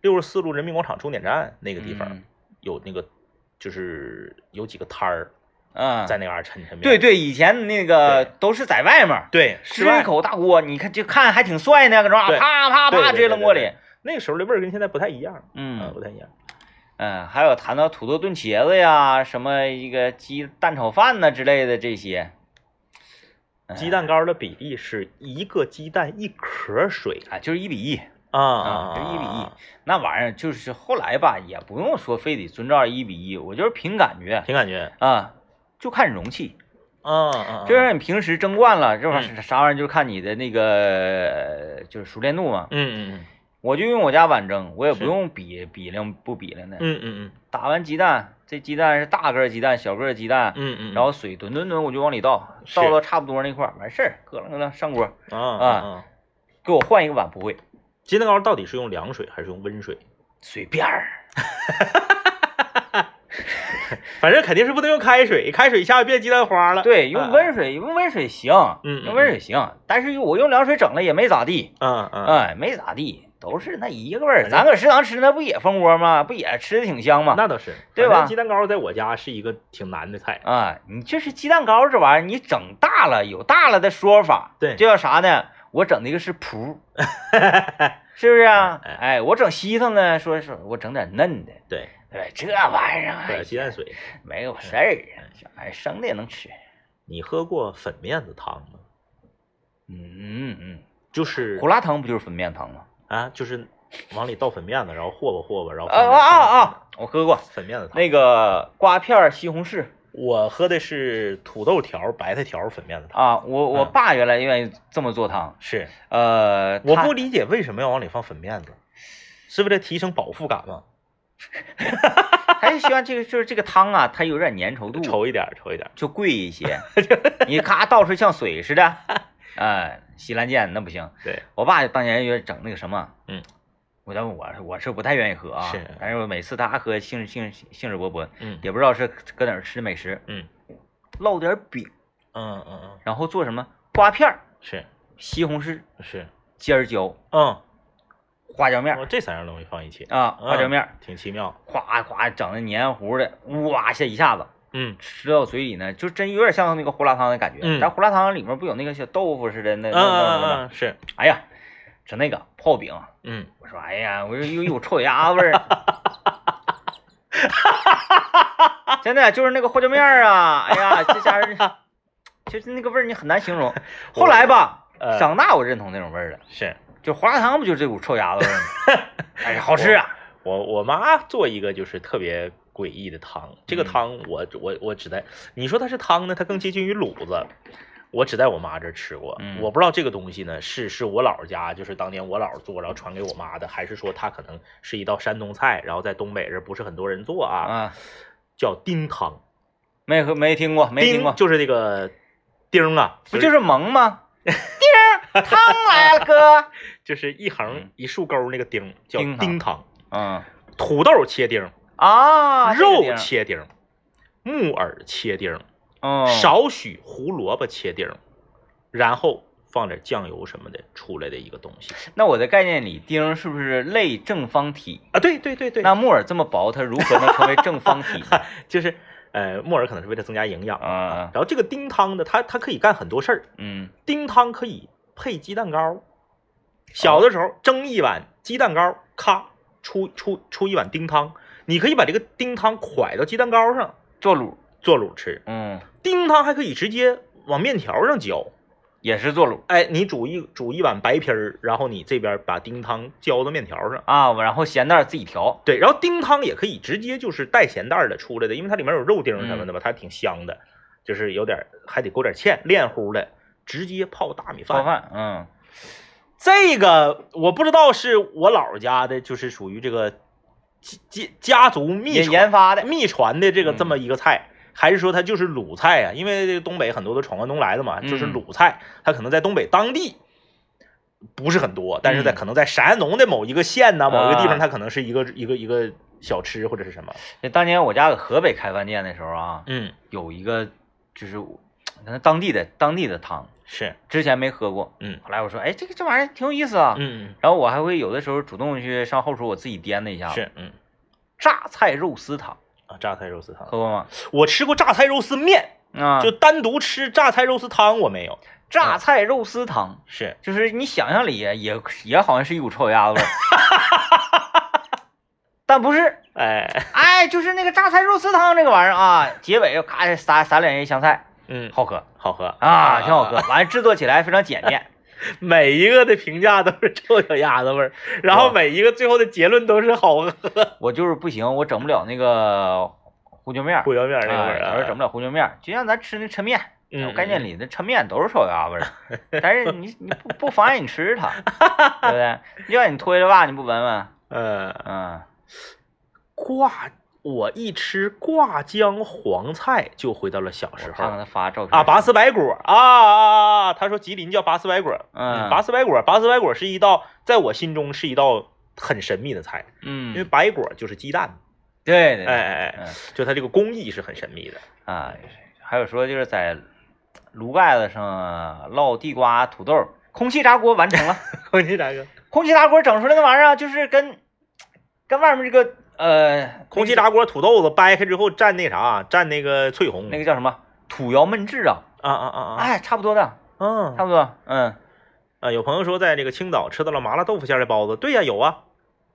Speaker 2: 六十四路人民广场终点站那个地方、
Speaker 1: 嗯
Speaker 2: 有那个就是有几个摊儿
Speaker 1: 嗯，
Speaker 2: 在那嘎儿抻抻面，
Speaker 1: 对对，以前那个都是在外面儿
Speaker 2: 对，室
Speaker 1: 吃
Speaker 2: 外
Speaker 1: 一口大锅，你看就看还挺帅呢，搁那
Speaker 2: 对
Speaker 1: 儿啪啪
Speaker 2: 对对
Speaker 1: 啪直接扔锅
Speaker 2: 对对
Speaker 1: 里
Speaker 2: 对。那个时候的味儿跟现在不太一样，啊
Speaker 1: 嗯
Speaker 2: 不太一样，
Speaker 1: 嗯，还有谈到土豆炖茄子呀，什么一个鸡蛋炒饭呐之类的这些，哎
Speaker 2: 鸡蛋糕的比例是一个鸡蛋一壳水
Speaker 1: 啊就是一比一。
Speaker 2: 啊
Speaker 1: 啊，这一比一
Speaker 2: 啊，
Speaker 1: 那玩意儿就是后来吧，也不用说非得遵照一比一，我就是凭感觉
Speaker 2: 凭感觉
Speaker 1: 啊，就看容器，
Speaker 2: 啊啊，
Speaker 1: 就是你平时蒸惯了，这玩意
Speaker 2: 嗯
Speaker 1: 儿啥玩意儿就是看你的那个呃就是熟练度嘛。
Speaker 2: 嗯嗯
Speaker 1: 我就用我家碗蒸，我也
Speaker 2: 是
Speaker 1: 不用比比量不比量的，
Speaker 2: 嗯嗯
Speaker 1: 打完鸡蛋，这鸡蛋是大个儿鸡蛋、小个儿鸡蛋，
Speaker 2: 嗯嗯，
Speaker 1: 然后水吨吨吨我就往里倒，
Speaker 2: 是
Speaker 1: 倒到差不多那块儿完事儿，咯楞咯楞上锅，
Speaker 2: 啊啊，
Speaker 1: 给我换一个碗不会，
Speaker 2: 鸡蛋糕到底是用凉水还是用温水？
Speaker 1: 随便儿。
Speaker 2: 反正肯定是不能用开水，开水一下变鸡蛋花了。
Speaker 1: 对，用温水，用温水行，
Speaker 2: 啊嗯
Speaker 1: 用温水行，但是我用凉水整了也没咋地，
Speaker 2: 嗯嗯嗯，
Speaker 1: 哎，没咋地，都是那一个味儿。
Speaker 2: 反正
Speaker 1: 咱搁食堂吃那不也蜂窝吗？不也吃的挺香吗？
Speaker 2: 那倒是，
Speaker 1: 对吧
Speaker 2: 反正鸡蛋糕在我家是一个挺难的菜。
Speaker 1: 啊，你就是鸡蛋糕这玩意儿，你整大了有大了的说法，
Speaker 2: 对
Speaker 1: 这叫啥呢？我整的一个是脯，
Speaker 2: *laughs*
Speaker 1: 是不是啊？
Speaker 2: 哎
Speaker 1: 哎，我整稀腾呢，说是我整点嫩的，
Speaker 2: 对，
Speaker 1: 哎，这玩意儿
Speaker 2: 或者
Speaker 1: 哎
Speaker 2: 鸡蛋水。
Speaker 1: 没有事儿，哎，生的也能吃，
Speaker 2: 你喝过粉面子汤吗？
Speaker 1: 嗯嗯
Speaker 2: 就是
Speaker 1: 嗯，胡辣汤不就是粉面汤吗？
Speaker 2: 啊，就是往里倒粉面子，然后和吧和吧，然后
Speaker 1: 啊啊啊啊！我喝过
Speaker 2: 粉面子汤。
Speaker 1: 那个瓜片儿西红柿
Speaker 2: 我喝的是土豆条、白菜条粉面子汤。
Speaker 1: 啊，我我
Speaker 2: 嗯
Speaker 1: 爸原来愿意这么做汤，
Speaker 2: 是，
Speaker 1: 呃，
Speaker 2: 我
Speaker 1: 他
Speaker 2: 不理解为什么要往里放粉面子，是为了提升饱腹感吗？
Speaker 1: 还是希望这个就是这个汤啊，它有点粘稠度，
Speaker 2: 稠一点，稠一点。
Speaker 1: 就贵一
Speaker 2: *laughs*
Speaker 1: 些，你咔倒出像水似的，哎，西兰剑那不行。
Speaker 2: 对，
Speaker 1: 我爸当年也整那个什么，
Speaker 2: 嗯，
Speaker 1: 我但我是我是不太愿意喝啊，
Speaker 2: 是
Speaker 1: 但是我每次他喝兴兴兴致勃勃，
Speaker 2: 嗯
Speaker 1: 也不知道是搁哪儿吃美食，
Speaker 2: 嗯
Speaker 1: 烙点饼，
Speaker 2: 嗯嗯嗯，
Speaker 1: 然后做什么瓜片儿、
Speaker 2: 是
Speaker 1: 西红柿、
Speaker 2: 是，
Speaker 1: 尖椒、
Speaker 2: 嗯。
Speaker 1: 花椒面
Speaker 2: 我
Speaker 1: 儿
Speaker 2: 这三样东西放一起，
Speaker 1: 啊，
Speaker 2: 嗯
Speaker 1: 花椒面儿，
Speaker 2: 挺奇妙。
Speaker 1: 夸夸整的黏糊的，哇下一下子。
Speaker 2: 嗯，
Speaker 1: 吃到嘴里呢，就真有点像那个胡辣汤的感觉。
Speaker 2: 嗯
Speaker 1: 但胡辣汤里面不有那个小豆腐似的那
Speaker 2: 嗯
Speaker 1: 那那
Speaker 2: 嗯
Speaker 1: 那
Speaker 2: 嗯，是，
Speaker 1: 哎呀，整那个泡饼，
Speaker 2: 嗯，
Speaker 1: 我说哎呀，我说有有臭脚丫子味
Speaker 2: *laughs*
Speaker 1: 儿，真的就是那个花椒面儿啊，哎呀，这家 *laughs* 人就是那个味儿，你很难形
Speaker 2: *laughs*
Speaker 1: 容。后来吧，
Speaker 2: 呃
Speaker 1: 长大我认同那种味儿了，
Speaker 2: 是
Speaker 1: 就胡辣汤不就这股臭鸭
Speaker 2: *laughs*
Speaker 1: 子味儿吗？哎呀，好吃啊！
Speaker 2: 我我妈做一个就是特别诡异的汤，这个
Speaker 1: 嗯
Speaker 2: 汤我我我只在你说它是汤呢，它更接近于卤子。我只在我妈这儿吃过，
Speaker 1: 嗯
Speaker 2: 我不知道这个东西呢是是我姥儿家，就是当年我姥儿做，然后传给我妈的，还是说它可能是一道山东菜，然后在东北这儿不是很多人做啊，
Speaker 1: 啊，
Speaker 2: 叫丁汤，
Speaker 1: 没喝没听过，没听
Speaker 2: 丁
Speaker 1: 过，
Speaker 2: 就是这个丁啊，
Speaker 1: 不就是萌
Speaker 2: *laughs*
Speaker 1: 吗？丁儿汤来了，哥。
Speaker 2: 就是一横
Speaker 1: 嗯
Speaker 2: 一竖钩那个丁叫
Speaker 1: 丁
Speaker 2: 丁汤，
Speaker 1: 嗯
Speaker 2: 土豆切丁，
Speaker 1: 啊，这个
Speaker 2: 肉
Speaker 1: 地儿
Speaker 2: 切丁，木耳切丁，
Speaker 1: 嗯
Speaker 2: 少许胡萝卜切丁，然后放点酱油什么的出来的一个东西
Speaker 1: 那我的概念里，丁是不是类正方体？
Speaker 2: 啊，对对对对，
Speaker 1: 那木耳这么薄，它如何能成为正方体呢？ *laughs*
Speaker 2: 就是呃，木耳可能是为了增加营养。
Speaker 1: 啊，
Speaker 2: 然后这个丁汤呢，它它可以干很多事儿，
Speaker 1: 嗯，
Speaker 2: 丁汤可以配鸡蛋糕。小的时候蒸一碗鸡蛋糕，咔出出出一碗丁汤，你可以把这个丁汤蒯到鸡蛋糕上
Speaker 1: 做卤，
Speaker 2: 做卤吃。
Speaker 1: 嗯，
Speaker 2: 丁汤还可以直接往面条上浇。
Speaker 1: 也是做卤
Speaker 2: 哎，你煮一煮一碗白皮儿，然后你这边把丁汤浇到面条上。
Speaker 1: 啊，我然后咸淡自己调，
Speaker 2: 对，然后丁汤也可以直接就是带咸淡儿的出来的，因为它里面有肉丁什么
Speaker 1: 嗯
Speaker 2: 的吧，它挺香的，就是有点儿还得勾点儿芡，炼乎的，直接泡大米
Speaker 1: 泡
Speaker 2: 饭。
Speaker 1: 饭，嗯，
Speaker 2: 这个我不知道是我姥儿家的，就是属于这个家家家族秘
Speaker 1: 也
Speaker 2: 传
Speaker 1: 研发的，
Speaker 2: 秘传的这个这
Speaker 1: 嗯
Speaker 2: 么一个菜。还是说它就是鲁菜啊？因为这个东北很多都闯关东来的嘛，就是
Speaker 1: 嗯
Speaker 2: 鲁菜，它可能在东北当地不是很多，但是在
Speaker 1: 嗯
Speaker 2: 可能在陕安农的某一个县呐、某一个地
Speaker 1: 啊
Speaker 2: 方，它可能是一个一个一个小吃或者是什么。
Speaker 1: 这当年我家搁河北开饭店的时候啊，
Speaker 2: 嗯，
Speaker 1: 有一个就是我那当地的当地的汤，
Speaker 2: 是，
Speaker 1: 之前没喝过，
Speaker 2: 嗯
Speaker 1: 后来我说，哎，这个这玩意儿挺有意思啊，
Speaker 2: 嗯
Speaker 1: 然后我还会有的时候主动去上后厨，我自己颠了一下
Speaker 2: 嗯，
Speaker 1: 子，
Speaker 2: 是，嗯
Speaker 1: 榨菜肉丝汤，
Speaker 2: 啊，榨菜肉丝汤，
Speaker 1: 喝过吗？
Speaker 2: 我吃过榨菜肉丝面，
Speaker 1: 啊，
Speaker 2: 就呃单独吃榨菜肉丝汤我没有。
Speaker 1: 榨菜肉丝汤，
Speaker 2: 是，
Speaker 1: 就是你想象里也也也好像是一股臭鸭子味
Speaker 2: *laughs*
Speaker 1: 儿，但不是，
Speaker 2: 哎，
Speaker 1: 哎，就是那个榨菜肉丝汤这个玩意儿啊，结尾又咔撒撒两叶香菜，
Speaker 2: 嗯，
Speaker 1: 好喝
Speaker 2: 好喝
Speaker 1: 啊，挺好喝。。完了制作起来非常简便，
Speaker 2: 每一个的评价都是臭脚丫子味儿，然后
Speaker 1: 哇
Speaker 2: 每一个最后的结论都是好喝。
Speaker 1: 我就是不行，我整不了那个胡椒面儿，
Speaker 2: 胡椒面儿那个味
Speaker 1: 哎
Speaker 2: 儿
Speaker 1: 我是整
Speaker 2: 啊，
Speaker 1: 不了胡椒面儿，就像咱吃那抻面。
Speaker 2: 嗯
Speaker 1: 我概念里的抻面都是臭鸭味儿，
Speaker 2: *laughs*
Speaker 1: 但是你你不不妨碍你吃它，对不对？就像你脱了袜你不闻闻？
Speaker 2: 呃，
Speaker 1: 嗯，
Speaker 2: 挂我一吃挂江黄菜就回到了小时
Speaker 1: 我看看
Speaker 2: 候
Speaker 1: 他发照片
Speaker 2: 啊，拔丝白果啊啊啊！他说吉林叫拔丝白果，
Speaker 1: 嗯
Speaker 2: 拔丝白果，拔丝白果是一道在我心中是一道很神秘的菜，因为
Speaker 1: 嗯，
Speaker 2: 白果就是鸡蛋，
Speaker 1: 对对嗯对，
Speaker 2: 哎哎哎，就它这个工艺是很神 *laughs* 秘的。
Speaker 1: 啊，还有说就是在炉盖子上烙地瓜、土豆，空气炸锅完成
Speaker 2: *laughs*
Speaker 1: 了。
Speaker 2: 我这咋个？
Speaker 1: 空气炸锅整出来那玩意儿啊就是跟跟外面这个呃
Speaker 2: 空气炸锅土豆子掰开之后蘸那啥，蘸那个翠红，
Speaker 1: 那个叫什么土窑焖制啊，
Speaker 2: 啊啊啊啊，
Speaker 1: 哎，差不多的，
Speaker 2: 嗯
Speaker 1: 差不多，嗯，
Speaker 2: 啊，有朋友说在这个青岛吃到了麻辣豆腐馅儿的包子，对呀、有啊，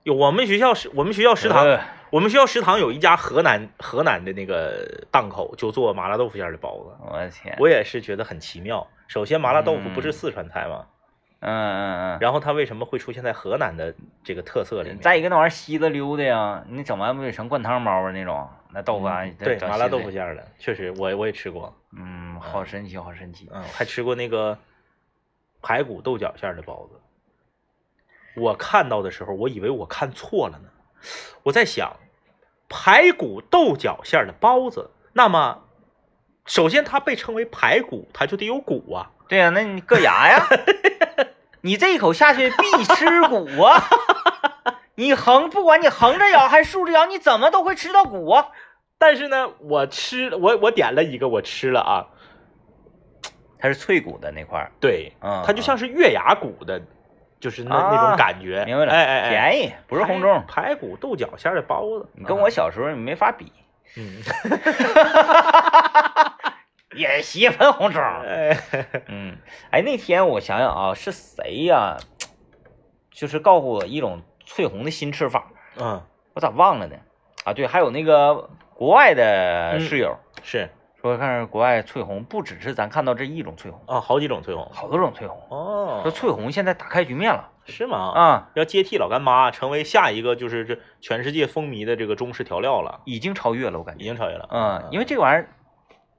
Speaker 2: 有我们学校食我们学校食堂，
Speaker 1: 呃
Speaker 2: 我们学校食堂有一家河南河南的那个档口就做麻辣豆腐馅儿的包子，
Speaker 1: 我的天，
Speaker 2: 我也是觉得很奇妙。首先，麻辣豆腐不是
Speaker 1: 嗯
Speaker 2: 四川菜吗？
Speaker 1: 嗯嗯
Speaker 2: 然后它为什么会出现在河南的这个特色里
Speaker 1: 嗯，
Speaker 2: 面？
Speaker 1: 再一个那玩意儿稀的溜的呀，你整完不得成灌汤包啊那种，那豆腐啊，
Speaker 2: 嗯
Speaker 1: 这
Speaker 2: 对
Speaker 1: 整
Speaker 2: 麻辣
Speaker 1: 稀的
Speaker 2: 豆腐，馅儿的，确实我我也吃过，
Speaker 1: 嗯，好神奇，好神奇，
Speaker 2: 嗯，还吃过那个排骨豆角馅儿的包子。我看到的时候，我以为我看错了呢。我在想，排骨豆角馅儿的包子，那么首先它被称为排骨，它就得有骨啊。
Speaker 1: 对呀、那你硌牙
Speaker 2: *laughs*
Speaker 1: 呀，你这一口下去必吃骨啊， *laughs* 你横不管你横着咬还是竖着咬，你怎么都会吃到骨啊，
Speaker 2: 但是呢，我吃我我点了一个，我吃了啊，
Speaker 1: 它是脆骨的那块儿，
Speaker 2: 对，
Speaker 1: 嗯
Speaker 2: 它就像是月牙骨的，就是那、
Speaker 1: 啊
Speaker 2: 那种感觉。
Speaker 1: 明白了，
Speaker 2: 哎哎哎，
Speaker 1: 便宜不是红中，
Speaker 2: 排骨豆角馅儿的包子，啊
Speaker 1: 你跟我小时候你没法比，
Speaker 2: 嗯，
Speaker 1: 也媳妇红中。
Speaker 2: *laughs* 哎，
Speaker 1: 嗯，哎，那天我想想啊，是谁呀、就是告诉我一种翠红的新吃法，
Speaker 2: 嗯，
Speaker 1: 我咋忘了呢？啊，对，还有那个国外的
Speaker 2: 嗯
Speaker 1: 室友、
Speaker 2: 是
Speaker 1: 说，看国外翠红不只是咱看到这一种翠红，
Speaker 2: 啊，好几种翠红。
Speaker 1: 好多种翠红。
Speaker 2: 哦
Speaker 1: 说，翠红现在打开局面了
Speaker 2: 是吗？，
Speaker 1: 啊，
Speaker 2: 要接替老干妈，成为下一个就是这全世界风靡的这个中式调料了，
Speaker 1: 已经超越了，我感
Speaker 2: 已
Speaker 1: 觉。
Speaker 2: 经超越了。
Speaker 1: 嗯，因为
Speaker 2: 为
Speaker 1: 这个玩意儿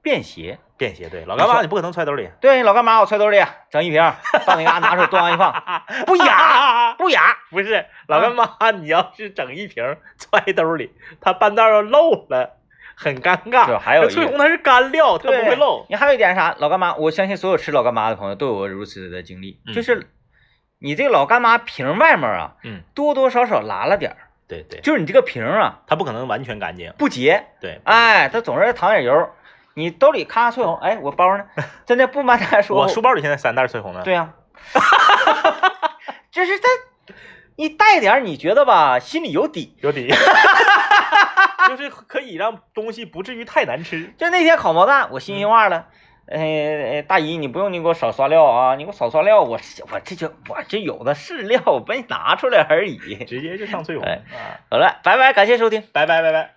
Speaker 1: 便携。
Speaker 2: 便携，对老干妈你不可能揣兜 *laughs* 里，
Speaker 1: 对，老干妈我揣兜里啊整一瓶，到那嘎拿手端一放，
Speaker 2: *laughs*
Speaker 1: 不雅
Speaker 2: 雅啊
Speaker 1: 不雅。
Speaker 2: 不是老干妈，你要是整一瓶 *laughs* 揣兜里，它半道要漏了，很尴
Speaker 1: 对
Speaker 2: 尬。
Speaker 1: 还有一
Speaker 2: 那
Speaker 1: 个
Speaker 2: 翠红它是干料，它不
Speaker 1: 对
Speaker 2: 会漏。
Speaker 1: 你还有一点是啥？老干妈，我相信所有吃老干妈的朋友都有过如此的经历，
Speaker 2: 嗯
Speaker 1: 就是你这个老干妈瓶外面啊，
Speaker 2: 嗯，
Speaker 1: 多多少少拉了点儿，
Speaker 2: 对对，
Speaker 1: 就是你这个瓶啊
Speaker 2: 它不可能完全干净。
Speaker 1: 不洁，
Speaker 2: 对，
Speaker 1: 哎，它总是淌点油。你兜里咔翠红，哎，我包
Speaker 2: *laughs*
Speaker 1: 呢？真的不瞒大家说，
Speaker 2: 我书包里现在三袋翠红呢。
Speaker 1: 对呀、 *laughs* 就是它，
Speaker 2: *laughs*
Speaker 1: 你带点儿你觉得吧，心里有底。
Speaker 2: 有底，就是可以以让东西不至于太难吃。
Speaker 1: 就那天烤毛蛋，我心心话了，呃、哎，大姨，你不用你给我少刷料啊，你给我少刷料，我是我这就我这有的是料，我没拿出来而已。
Speaker 2: 直接就上翠红
Speaker 1: 哎
Speaker 2: 啊！
Speaker 1: 好了，拜拜，感谢收听。
Speaker 2: 拜拜拜拜。